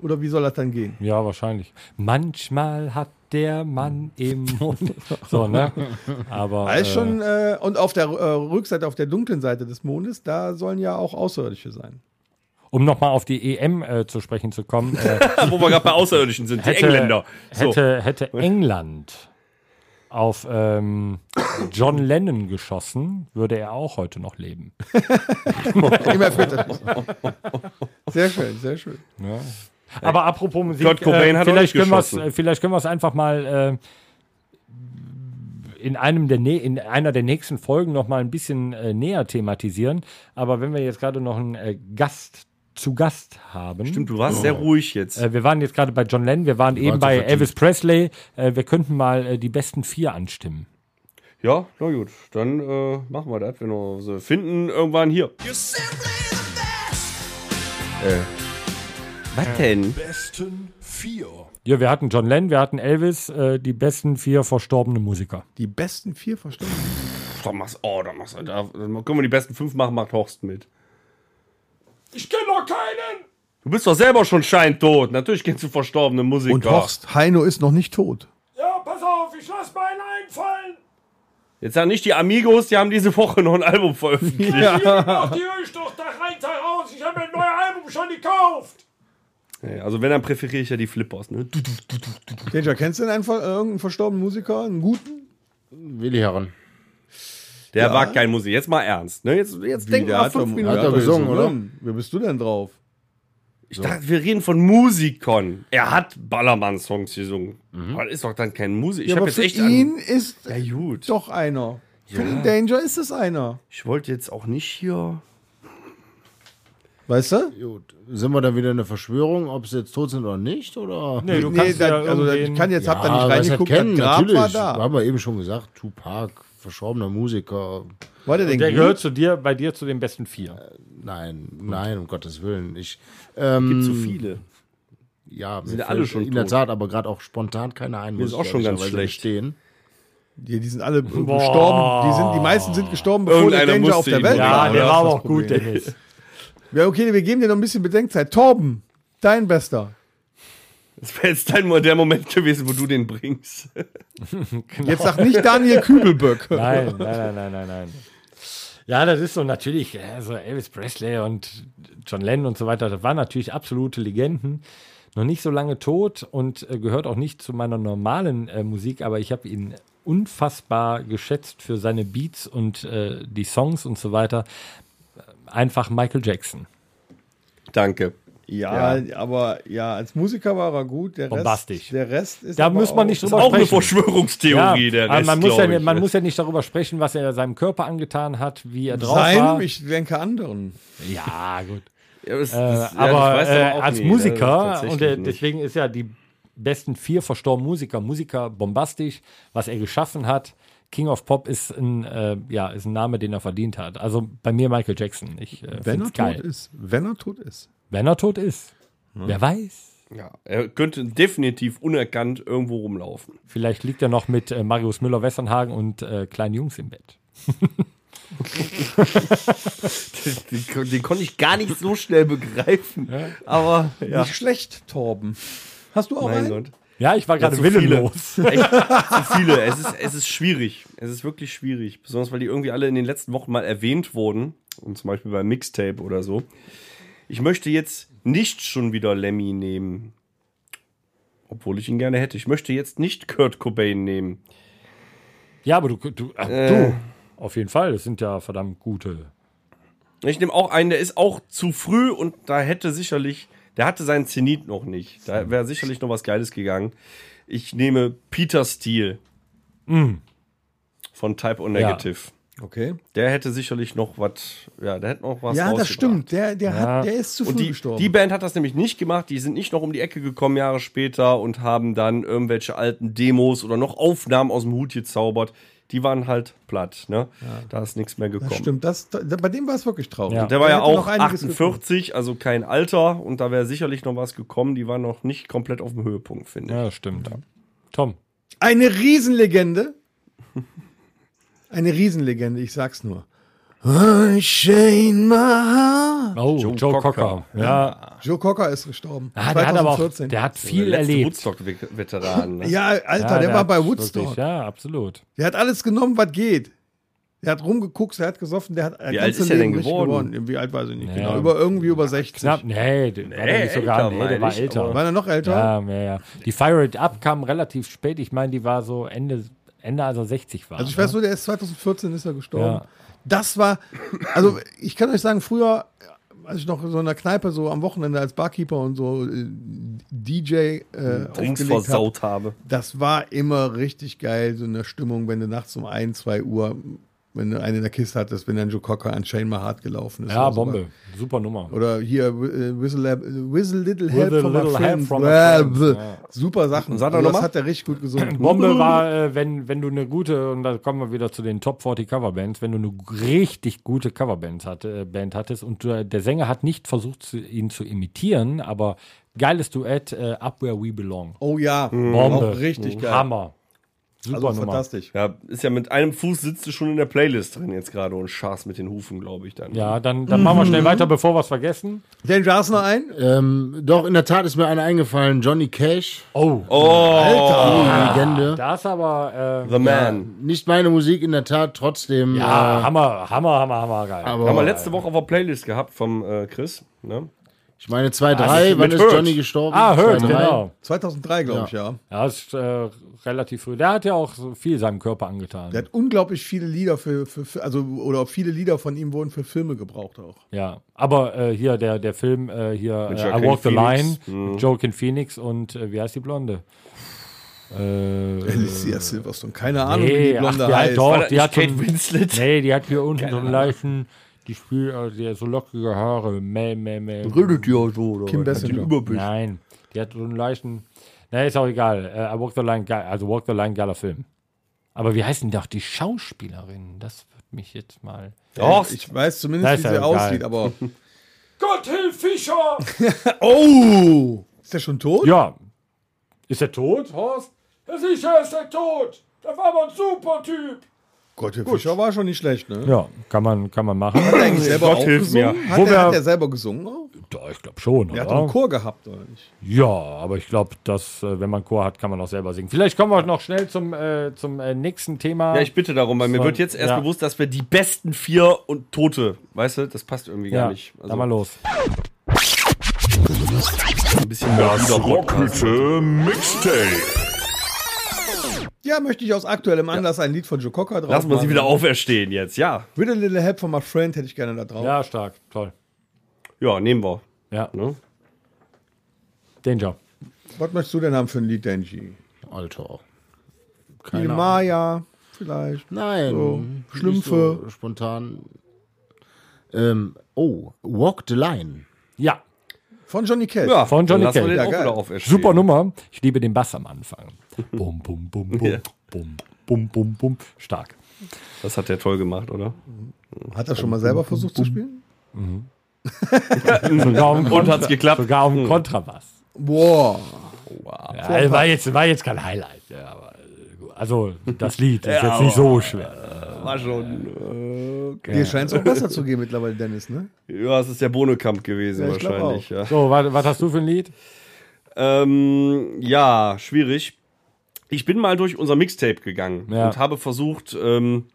S2: Oder wie soll das dann gehen?
S3: Ja, wahrscheinlich. Manchmal hat der Mann im Mund. So, ne? Aber.
S2: Da ist schon, äh, und auf der äh, Rückseite, auf der dunklen Seite des Mondes, da sollen ja auch Außerirdische sein.
S3: um nochmal auf die EM äh, zu sprechen zu kommen, äh,
S4: Wo wir gerade bei Außerirdischen sind, die
S3: hätte,
S4: Engländer. So.
S3: Hätte, hätte England auf ähm, John Lennon geschossen, würde er auch heute noch leben.
S2: Immer fitter. Sehr schön, sehr schön.
S3: Aber apropos Musik,
S4: Kurt Cobain hat auch
S3: vielleicht,
S4: nicht
S3: können wir's,
S4: geschossen.
S3: äh, vielleicht können wir es einfach mal äh, in, einem der nä- in einer der nächsten Folgen noch mal ein bisschen äh, näher thematisieren. Aber wenn wir jetzt gerade noch einen äh, Gast zu Gast haben.
S4: Stimmt, du warst sehr ruhig jetzt.
S3: Äh, wir waren jetzt gerade bei John Lennon, wir waren eben
S5: waren
S3: bei
S5: so vertieft.
S3: Elvis Presley. Äh, wir könnten mal äh, die besten vier anstimmen.
S4: Ja, na gut, dann äh, machen wir das, wenn wir sie finden, irgendwann hier. Äh. Was denn?
S1: Besten vier.
S3: Ja, wir hatten John Lennon, wir hatten Elvis, äh, die besten vier verstorbene Musiker.
S2: Die besten vier verstanden.
S4: Da machst, oh, da machst, da, da können wir die besten fünf machen, macht Horst mit. Ich kenne doch keinen! Du bist doch selber schon scheintot. Natürlich kennst du verstorbene Musiker.
S2: Und Horst, Heino ist noch nicht tot.
S3: Ja, pass auf, ich lass meinen einfallen.
S4: Jetzt sagen nicht die Amigos, die haben diese Woche noch ein Album veröffentlicht.
S3: Ach, die höre ich doch da rein, da raus. Ich habe ein neues Album schon gekauft.
S4: Nee, Also wenn, dann präferiere ich ja die Flippers. Ne? Du, du, du, du.
S2: Danger, kennst du denn einen, ver- äh, irgendeinen verstorbenen Musiker, einen guten?
S5: Willi Herren.
S4: Der war kein Musik. Jetzt mal ernst. Ne? Jetzt, jetzt denk mal fünf Minuten.
S5: hat er gesungen, oder?
S2: Wer bist du denn drauf?
S4: Ich dachte, wir reden von Musikon. Er hat Ballermann-Songs gesungen. Aber das ist doch dann kein Musik. Ich
S2: Ja,
S4: habe
S2: aber
S4: jetzt
S2: für
S4: echt an-
S2: ihn ist
S4: Ja, gut.
S2: doch einer. Für den Danger ist es einer.
S4: Ich wollte jetzt auch nicht hier.
S2: Weißt du?
S5: Gut. Sind wir dann wieder in der Verschwörung, ob sie jetzt tot sind oder nicht? Oder?
S3: Nee, du kannst
S2: da,
S3: ja
S2: also da- ich
S3: irgendwen-
S2: kann jetzt, hab da nicht
S5: was heißt
S2: reingeguckt,
S5: kennen,
S2: das Grab
S5: natürlich.
S2: war da.
S5: Haben wir eben schon gesagt, Tupac, verschorbener Musiker.
S2: War der denn
S3: Der
S2: gut?
S3: gehört zu dir, bei dir zu den besten vier.
S5: Nein, nein, um Gottes Willen. Ich, ähm,
S4: Gibt zu viele.
S5: Ja, mir
S4: Sind
S5: fällt
S4: alle schon
S5: In der
S4: tot.
S5: Tat, aber gerade auch spontan keine ein.
S4: ist
S5: muss
S4: auch
S5: ich
S4: schon ganz
S5: ehrlicherweise
S4: schlecht.
S5: gestehen.
S2: Die, die sind alle gestorben. Die, sind, die meisten sind gestorben, bevor der
S4: Irgendeiner
S2: Danger auf
S4: musste
S2: der
S4: ihn
S2: Welt
S3: Ah,
S4: Ja,
S2: war.
S4: machen,
S2: Das ist das Problem.
S3: Dennis.
S2: Ja, okay, wir geben dir noch ein bisschen Bedenkzeit. Torben, dein Bester.
S4: Das wäre jetzt dein, Mo- der Moment gewesen, wo du den bringst.
S3: Genau.
S2: Jetzt sag nicht Daniel Kübelböck.
S3: Nein, nein, nein, nein, nein, nein. Ja, das ist so natürlich, äh, so Elvis Presley und John Lennon und so weiter, das waren natürlich absolute Legenden. Noch nicht so lange tot und äh, gehört auch nicht zu meiner normalen äh, Musik, aber ich habe ihn unfassbar geschätzt für seine Beats und äh, die Songs und so weiter. Einfach Michael Jackson.
S4: Danke.
S2: Ja, aber ja, als Musiker war er gut. Der Rest,
S3: Bombastisch.
S2: der Rest ist.
S3: Da
S2: aber
S3: muss man
S2: auch-
S3: nicht
S4: Das ist
S3: drüber
S4: auch eine
S3: sprechen.
S4: Verschwörungstheorie,
S3: ja,
S4: der
S3: aber
S4: Rest,
S3: man, muss ja,
S4: glaub
S3: nicht-
S4: ich.
S3: man muss ja nicht darüber sprechen, was er seinem Körper angetan hat, wie er drauf
S2: Sein,
S3: war.
S2: ich denke anderen.
S3: Ja, gut.
S4: Ja, das-
S3: Äh,
S4: das- ja,
S3: aber
S4: das weiß
S3: äh,
S4: man auch
S3: als
S4: nie, ne?
S3: Musiker,
S4: Tatsächlich
S3: und äh,
S4: nicht.
S3: deswegen ist ja die besten vier verstorbenen Musiker, Musiker bombastisch, was er geschaffen hat. King of Pop ist ein, äh, ja, ist ein Name, den er verdient hat. Also bei mir Michael Jackson. Ich äh,
S2: Wenn
S3: find's
S2: er
S3: geil.
S2: tot ist. Wenn er tot ist.
S3: Wenn er tot ist. Wer weiß.
S4: ja, er könnte definitiv unerkannt irgendwo rumlaufen.
S3: Vielleicht liegt er noch mit äh, Marius Müller-Westernhagen und äh, kleinen Jungs im Bett.
S4: Den, den konnte ich gar nicht so schnell begreifen. Aber ja,
S2: Nicht schlecht, Torben. Hast du auch
S4: mein
S2: einen?
S4: Gott.
S3: Ja, ich war gerade
S4: zu viele.
S3: willenlos.
S4: Echt zu viele. Es ist, es ist schwierig. Es ist wirklich schwierig. Besonders, weil die irgendwie alle in den letzten Wochen mal erwähnt wurden. Und zum Beispiel beim Mixtape oder so. Ich möchte jetzt nicht schon wieder Lemmy nehmen. Obwohl ich ihn gerne hätte. Ich möchte jetzt nicht Kurt Cobain nehmen.
S3: Ja, aber du, du, ach,
S4: Äh.
S3: du, auf jeden Fall. Das sind ja verdammt gute.
S4: Ich nehme auch einen, der ist auch zu früh und da hätte sicherlich, der hatte seinen Zenit noch nicht. Da wäre sicherlich noch was Geiles gegangen. Ich nehme Peter Steele
S3: Mm.
S4: von Type O Negative.
S2: Okay.
S4: Der hätte sicherlich noch was, ja, der hätte noch was
S2: Ja, das
S4: rausgebracht.
S2: stimmt. Der, der, hat, der ist zu früh
S4: Und die,
S2: gestorben.
S4: die Band hat das nämlich nicht gemacht. Die sind nicht noch um die Ecke gekommen Jahre später und haben dann irgendwelche alten Demos oder noch Aufnahmen aus dem Hut gezaubert. Die waren halt platt. Ne? Da ist nichts mehr gekommen.
S2: das stimmt. Das, da, bei dem war es wirklich traurig.
S3: Ja.
S4: Der war ja
S2: hätte
S4: auch
S2: noch einiges gekonnt.
S4: 48, also kein Alter. Und da wäre sicherlich noch was gekommen. Die waren noch nicht komplett auf dem Höhepunkt, finde ich.
S3: Ja, das stimmt. Tom.
S2: Eine Riesenlegende. Eine Riesenlegende, ich sag's nur. I Shane Maha.
S3: Oh, Joe,
S4: Joe
S3: Cocker.
S4: Cocker.
S3: Ja,
S2: Joe Cocker ist gestorben.
S3: Ah, der hat aber auch,
S2: 2014.
S3: der hat viel
S4: Der letzte
S3: erlebt.
S4: Woodstock-Veteran. Ne?
S2: ja, Alter,
S3: Ja,
S2: der, war
S3: hat
S2: bei Woodstock.
S3: Wirklich, ja, absolut.
S2: Der hat alles genommen, was geht. Der hat rumgeguckt, der hat gesoffen, der hat
S4: alt ist er denn geworden?
S2: Wie alt weiß ich nicht
S3: Ja.
S2: genau. Über, irgendwie über 60.
S3: Knapp, nee, der war der nicht
S4: älter
S3: sogar, nee, der
S4: meine
S3: war
S4: ich,
S3: älter.
S2: War er noch älter?
S3: Ja, ja, ja. Die Fire It Up kam relativ spät. Ich meine, die war so Ende, Ende als er 60 war.
S2: Also ich
S3: ne?
S2: weiß nur, der ist 2014 ist er gestorben.
S3: Ja.
S2: Das war, also ich kann euch sagen, früher, als ich noch so in der Kneipe so am Wochenende als Barkeeper und so äh, DJ äh, aufgelegt
S4: Drinks
S2: hab,
S4: versaut habe.
S2: das war immer richtig geil, so eine Stimmung, wenn du nachts um 1, 2 Uhr, wenn du einen in der Kiste hattest, wenn dann Joe Cocker an Shane Mahart gelaufen ist.
S3: ja,
S2: oder so.
S3: Bombe. Super Nummer.
S2: Oder hier, äh, Whistle, Lab- Whistle Little Help
S3: Whistle
S2: from
S3: Little
S2: my
S3: Help
S2: friends.
S3: from my friends,
S2: Bäh,
S3: ja.
S2: Super Sachen.
S4: Sag doch
S2: Also
S4: noch
S2: das
S4: mal.
S2: hat er richtig gut gesungen.
S3: Bombe war, äh, wenn, wenn du eine gute, und da kommen wir wieder zu den Top 40 Coverbands, wenn du eine richtig gute Coverband hatte, äh, Band hattest und äh, der Sänger hat nicht versucht, zu, ihn zu imitieren, aber geiles Duett, äh, Up Where We Belong.
S2: Oh ja,
S3: Bombe. Mhm.
S2: auch richtig geil.
S3: Hammer.
S2: Also
S3: Super Nummer.
S2: fantastisch.
S4: Ja, ist ja mit einem Fuß sitzt du schon in der Playlist drin jetzt gerade und scharst mit den Hufen, glaube ich dann.
S3: Ja, dann, dann machen wir schnell weiter, bevor wir es vergessen.
S2: Den Jars noch ein?
S5: Ähm, doch, in der Tat ist mir einer eingefallen, Johnny Cash,
S3: Oh,
S5: Legende.
S3: da Oh, ist aber.
S4: The
S3: Ähm,
S4: Man.
S5: Nicht meine Musik, in der Tat, trotzdem.
S3: ja,
S2: Ah.
S5: äh,
S3: Hammer, Hammer, Hammer, hammer geil.
S5: aber
S4: Haben wir letzte Woche auf der Playlist gehabt vom äh, Chris. Ne?
S5: ich meine, 2-3, wann
S4: mit
S5: ist
S4: Hurt.
S5: Johnny gestorben?
S3: ah, Hurt,
S5: 2-3.
S3: genau.
S2: 2003, glaube ich, ja.
S3: Ja, ist äh, relativ früh. Der hat ja auch so viel seinem Körper angetan.
S2: Der hat unglaublich viele Lieder für, für, für also oder viele Lieder von ihm wurden für Filme gebraucht auch.
S3: Ja, aber äh, hier der, der Film äh, hier
S4: Mit
S3: äh, I
S4: Joaquin
S3: Walk the Line,
S4: Phoenix.
S2: Mhm.
S3: mit Joaquin Phoenix und äh, wie heißt die Blonde? Äh,
S2: Alicia Silverstone, keine Ahnung, wie
S3: nee,
S2: die
S3: ach,
S2: Blonde
S3: die hat
S2: heißt.
S3: doch,
S4: das
S3: die
S4: nicht
S3: hat so
S4: Kate
S3: ein-
S4: Winslet?
S3: Nee, die hat hier unten so einen leichten, die spielt also die hat so lockige Haare, meh, meh, meh.
S4: ja so, oder?
S2: Kim Bessinger.
S3: Nein, die hat so einen leichten. Na, ist auch egal. Äh, I Walk the Line, geil- also Walk the Line, geiler Film. Aber wie heißen doch die Schauspielerin? Das wird mich jetzt mal.
S4: Horst.
S2: Ich weiß
S3: Das
S2: zumindest,
S3: ist
S2: wie sie
S3: ja
S2: aussieht,
S3: geil.
S2: aber.
S3: Gotthilf Fischer!
S2: Oh! Ist der schon tot?
S3: Ja. Ist er tot, Horst? Ja, sicher ist er tot. Der war aber ein super Typ.
S2: Gott, der Fischer war schon nicht schlecht, ne?
S3: Ja, kann man, kann man machen.
S2: Hat er eigentlich selber
S4: Gott
S2: auch
S4: hilf
S2: gesungen?
S4: mir.
S2: Hat,
S3: Wo
S2: er, hat
S3: wir-
S2: er selber gesungen auch?
S3: Ja, ich glaube schon,
S2: Der hat doch einen
S3: oder?
S2: Chor gehabt, oder nicht?
S3: Ja, aber ich glaube, dass, äh, wenn man Chor hat, kann man auch selber singen. Vielleicht kommen wir noch schnell zum, äh, zum äh, nächsten Thema.
S4: Ja, ich bitte darum, weil mir
S3: So,
S4: wird jetzt erst
S3: ja.
S4: bewusst, dass wir die besten vier und Tote, weißt du, das passt irgendwie
S3: ja,
S4: gar nicht. Also
S3: dann mal los.
S4: ein bisschen das
S1: Rockhütte Mixtape.
S2: Ja, möchte ich aus aktuellem Anlass ein Lied von Joe Cocker drauf
S4: Lass mal sie
S2: machen.
S4: wieder auferstehen jetzt, ja.
S2: With a little help from my friend hätte ich gerne da drauf.
S3: Ja, stark, toll.
S4: Ja, nehmen wir.
S3: Ja.
S4: Ne?
S3: Danger.
S2: Was möchtest du denn haben für ein Lied, Denji?
S5: Alter. Keine
S2: Die
S5: Ahnung.
S2: Maya, vielleicht.
S5: Nein.
S2: So,
S5: nicht
S2: Schlümpfe.
S5: So spontan. Ähm, oh, Walk the Line.
S3: Ja,
S2: Von Johnny Cash.
S4: Ja,
S3: Von Johnny
S4: dann lassen
S3: Cash.
S4: wir den
S2: Ja,
S4: auch
S2: geil.
S4: wieder auferstehen.
S3: super Nummer. Ich liebe den Bass am Anfang. Bum, bum, bum, bum, bum, bum, bum, bum. Stark.
S4: Das hat der toll gemacht, oder?
S2: Hat er schon mal selber versucht zu spielen?
S3: Sogar auf dem
S4: Und hat's
S3: Kontra-
S4: geklappt?
S3: Sogar auf dem Kontrabass.
S2: Boah.
S3: Ja, also war, jetzt, war jetzt kein Highlight. Ja, aber, äh, gut. also das Lied ist jetzt nicht so
S2: äh,
S3: schwer.
S4: War schon.
S2: Dir scheint es auch besser zu gehen mittlerweile, Dennis, ne?
S4: Äh, ja, es ist der Bohnekamp gewesen
S2: Ja, ich glaub
S4: wahrscheinlich. Ja.
S3: So, was, was hast du für ein Lied?
S4: Ähm, ja, schwierig. Ich bin mal durch unser Mixtape gegangen
S3: Ja.
S4: und habe versucht, ähm,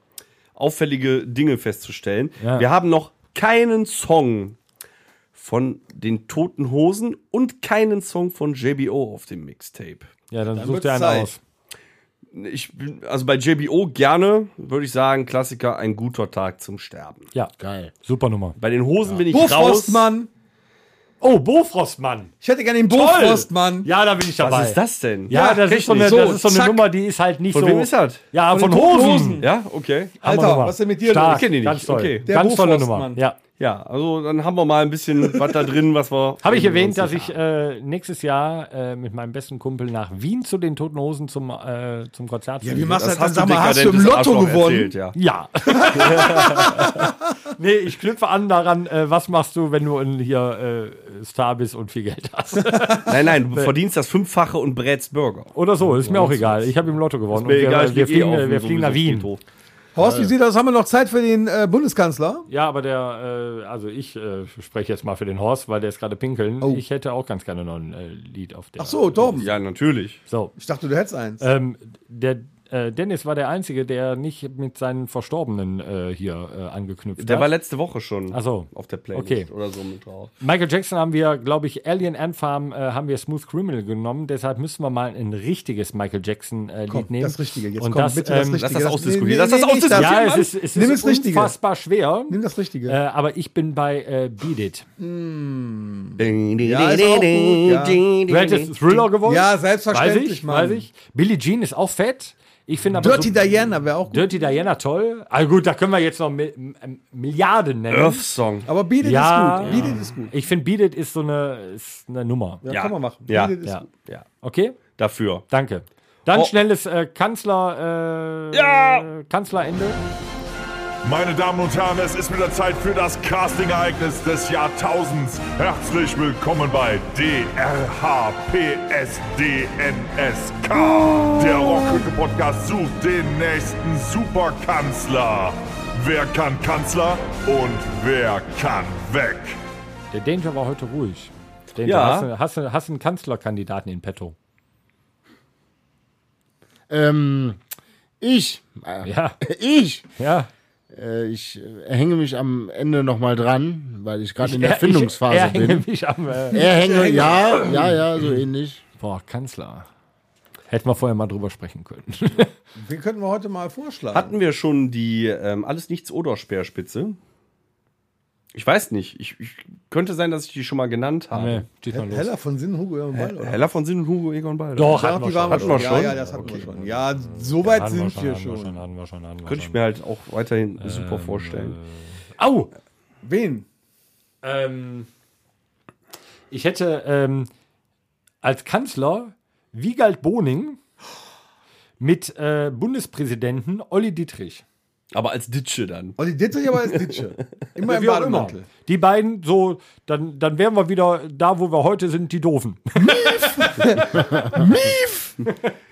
S4: auffällige Dinge festzustellen.
S3: Ja.
S4: Wir haben noch keinen Song von den Toten Hosen und keinen Song von JBO auf dem Mixtape.
S3: Ja, dann, such
S2: wird's
S3: dir einen
S2: Zeit.
S3: aus.
S4: Ich bin, also bei JBO gerne, würde ich sagen, Klassiker, ein guter Tag zum Sterben.
S3: Ja,
S5: Geil.
S3: super Nummer.
S4: Bei den Hosen bin ich raus.
S2: Bofrostmann.
S3: Oh, Bofrostmann.
S2: Ich hätte gerne den
S3: Toll.
S2: Bofrostmann.
S3: Ja, da bin ich dabei.
S4: Was ist das denn?
S3: Ja,
S2: Ja,
S3: das,
S2: kenn
S3: ist
S2: ich
S3: so eine,
S2: nicht. So,
S3: das ist so eine
S2: zack.
S3: Nummer, die ist halt nicht
S4: Von
S3: so.
S4: wem ist das?
S3: Ja,
S2: Von
S3: von,
S2: den
S3: Hosen.
S2: Hosen.
S4: Ja, okay.
S2: Alter, was ist denn mit dir
S3: Stark,
S2: los?
S3: ich kenne die nicht. Ganz toll.
S4: Okay.
S2: Der
S3: ganz tolle
S2: Bofrostmann.
S3: Nummer. Ja.
S4: Ja, also dann haben wir mal ein bisschen was da drin, was wir.
S3: Habe ich
S4: eben
S3: erwähnt, dass
S4: sonst
S3: ich äh, nächstes Jahr äh, mit meinem besten Kumpel nach Wien zu den Toten Hosen zum, äh, zum Konzert
S2: Ja,
S3: fliege?
S2: wie machst du das
S4: Das
S2: dann? Sag
S4: hast
S2: mal, hast du im
S4: dekadentes
S2: Lotto
S4: Arschloch
S2: gewonnen?
S4: erzählt, ja.
S3: Ja. nee, ich knüpfe an daran, äh, was machst du, wenn du in hier äh, Star bist und viel Geld hast.
S4: Nein, nein, du verdienst das Fünffache und brätst Burger.
S3: Oder so, ist mir auch egal. Ich habe im Lotto gewonnen. und wir,
S4: eh
S3: wir fliegen, äh, wir fliegen nach Wien.
S2: Horst, wie sieht das? Haben wir noch Zeit für den äh, Bundeskanzler?
S3: Ja, aber der, äh, also ich äh, spreche jetzt mal für den Horst, weil der ist gerade pinkeln. Ich hätte auch ganz gerne noch ein äh, Lied auf der.
S2: Ach so, Torben.
S4: Ja, natürlich.
S3: So.
S2: Ich dachte, du hättest eins.
S3: Ähm, der äh, Dennis war der Einzige, der nicht mit seinen Verstorbenen äh, hier äh, angeknüpft
S4: Der
S3: hat.
S4: war letzte Woche schon
S3: Ach so.
S4: auf der Playlist
S3: Also, Okay.
S4: oder so mit drauf.
S3: Michael Jackson haben wir, glaube ich, Alien Ant Farm äh, haben wir Smooth Criminal genommen. Deshalb müssen wir mal ein richtiges Michael Jackson äh,
S2: Komm,
S3: Lied nehmen.
S2: das Richtige. Jetzt
S3: Und
S2: komm,
S3: das,
S2: bitte das
S3: ähm,
S2: Richtige.
S4: lass das ausdiskutieren. Lass das
S2: nicht
S4: ausdiskutieren.
S3: Ja, es
S4: Mann.
S3: ist, es
S2: Nimm
S3: ist
S2: das Richtige.
S3: unfassbar schwer.
S2: Nimm das Richtige.
S3: Äh, aber ich bin bei äh, Beat It.
S2: Ja, ist auch gut,
S3: Du hättest Thriller gewonnen?
S2: Ja,
S3: weiß
S2: selbstverständlich,
S3: ich,
S2: Mann.
S3: weiß ich. Billie Jean ist auch fett. Ich finde aber
S2: Dirty Diana wäre auch gut.
S3: Dirty Diana toll. Also gut, da können wir jetzt noch Mi M- Milliarden nennen.
S4: Earth Song.
S2: Aber Beat It
S3: Ja.
S2: ist gut. Beat It ist gut.
S3: Ich finde, Beat It ist so eine, ist eine Nummer.
S2: Ja,
S4: Ja.
S2: kann man machen.
S4: Ja.
S2: Beat It ist
S3: Ja.
S2: gut.
S4: Ja,
S3: Okay,
S4: dafür.
S3: danke. Dann
S4: Oh.
S3: schnelles äh, Kanzler, äh,
S4: Ja.
S3: Kanzlerende.
S1: Meine Damen und Herren, es ist wieder Zeit für das Casting-Ereignis des Jahrtausends. Herzlich willkommen bei DRHPSDNSK. Der Rockhütte-Podcast sucht den nächsten Superkanzler. Wer kann Kanzler und wer kann weg?
S3: Der Danger war heute ruhig. Danger,
S4: Ja.
S3: hast, du- hast, du- hast du einen Kanzlerkandidaten in petto?
S5: Ähm, ich. Äh,
S3: Ja,
S5: Ich.
S3: ja.
S5: Äh, ich äh, hänge mich am Ende nochmal dran, weil ich gerade in der
S3: Er-
S5: Findungsphase
S3: ich, er hänge
S5: bin.
S3: mich am. Äh,
S5: Er hänge, ja, ja, ja, so ähnlich.
S3: boah, Kanzler. Hätten wir vorher mal drüber sprechen können.
S2: Wir könnten wir heute mal vorschlagen.
S4: Hatten wir schon die ähm, Alles Nichts oder Speerspitze? Ich weiß nicht. Ich, ich könnte sein, dass ich die schon mal genannt
S3: nee,
S4: habe.
S3: diesmal los.
S2: Heller von Sinn, Hugo Egon Ball, oder?
S4: Hella von Sinn und Hugo Egon Balder.
S3: Doch,
S2: Ja,
S3: hatten wir
S2: die
S3: schon.
S2: waren
S4: Hatten wir
S2: Ja,
S4: schon?
S2: ja, das hatten wir schon. Ja, so weit
S3: Hatten wir
S2: sind wir
S3: hatten wir
S2: schon.
S3: hatten wir schon, hatten wir
S4: Könnte ich
S3: schon.
S4: mir halt auch weiterhin super vorstellen.
S3: Au!
S2: Wen?
S3: Ähm, ich hätte ähm, als Kanzler Wiegald Boning mit äh, Bundespräsidenten Olli Dietrich.
S4: Aber als Ditsche dann.
S2: Olli Dittrich aber ist Ditsche. Immer im
S3: Wie auch immer.
S2: Bademantel.
S3: Die beiden, so, dann, dann wären wir wieder da, wo wir heute sind, die Doofen.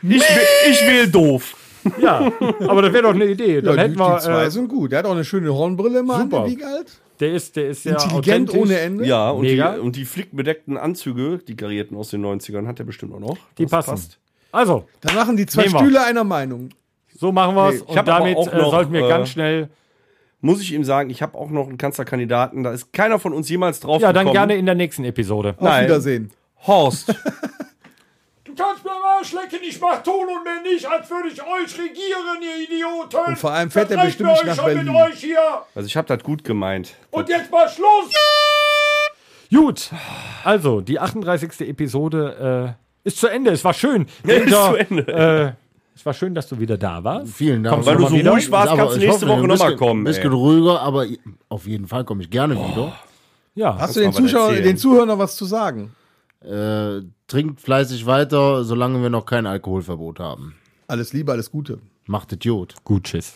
S4: Ich, ich wähle doof.
S3: ja, aber das wäre doch eine Idee. Dann
S2: Ja, die,
S3: hätten
S2: die
S3: wir,
S2: zwei
S3: äh,
S2: sind gut. Der hat auch eine schöne Hornbrille immer an,
S3: Super.
S2: der Wiegald.
S3: der ist, der ist sehr
S2: Intelligent
S3: authentisch.
S2: ohne Ende.
S4: Ja, und die,
S3: Mega.
S4: und die flickbedeckten Anzüge, die karierten aus den 90ern, hat er bestimmt auch noch.
S3: Die
S4: Das
S3: passen.
S4: passt.
S3: Also,
S2: Da machen die zwei
S3: Nehmen wir.
S2: Stühle einer Meinung.
S3: so machen wir es.
S4: Nee, ich
S3: und
S4: hab aber
S3: damit
S4: auch
S3: äh,
S4: noch,
S3: sollten wir
S4: äh,
S3: ganz schnell.
S4: Muss ich ihm sagen, ich habe auch noch einen Kanzlerkandidaten, da ist keiner von uns jemals drauf
S3: Ja, dann
S4: gekommen.
S3: gerne in der nächsten Episode.
S2: Auf
S4: Nein.
S2: Wiedersehen.
S4: Horst.
S3: Du kannst mir am Arsch lecken, ich mach Ton und mir nicht, als würde ich euch regieren, ihr Idioten. Und
S2: vor allem fährt er bestimmt nicht nach Berlin.
S3: hier.
S4: Also ich habe das gut gemeint.
S3: Und jetzt mal Schluss. Gut, also die 38. Episode äh, ist zu Ende. Es war schön.
S4: ist
S3: Danger,
S4: zu Ende.
S3: Äh, es war schön, dass du wieder da warst.
S5: Vielen Dank.
S3: Kommst du Weil du mal so wieder? ruhig
S4: warst,
S5: Aber
S4: kannst du
S5: ich
S4: nächste
S5: hoffe,
S4: Woche
S5: ein
S4: noch mal
S5: bisschen-
S4: kommen, ey.
S5: bisschen ruhiger, aber auf jeden Fall komme ich gerne wieder.
S3: Ja,
S2: Hast du den,
S4: man
S2: Zuschauer,
S4: erzählen.
S2: den Zuhörern noch was zu sagen?
S5: Äh, trinkt fleißig weiter, solange wir noch kein Alkoholverbot haben.
S2: Alles Liebe, alles Gute.
S5: Macht Idiot.
S3: gut, tschüss.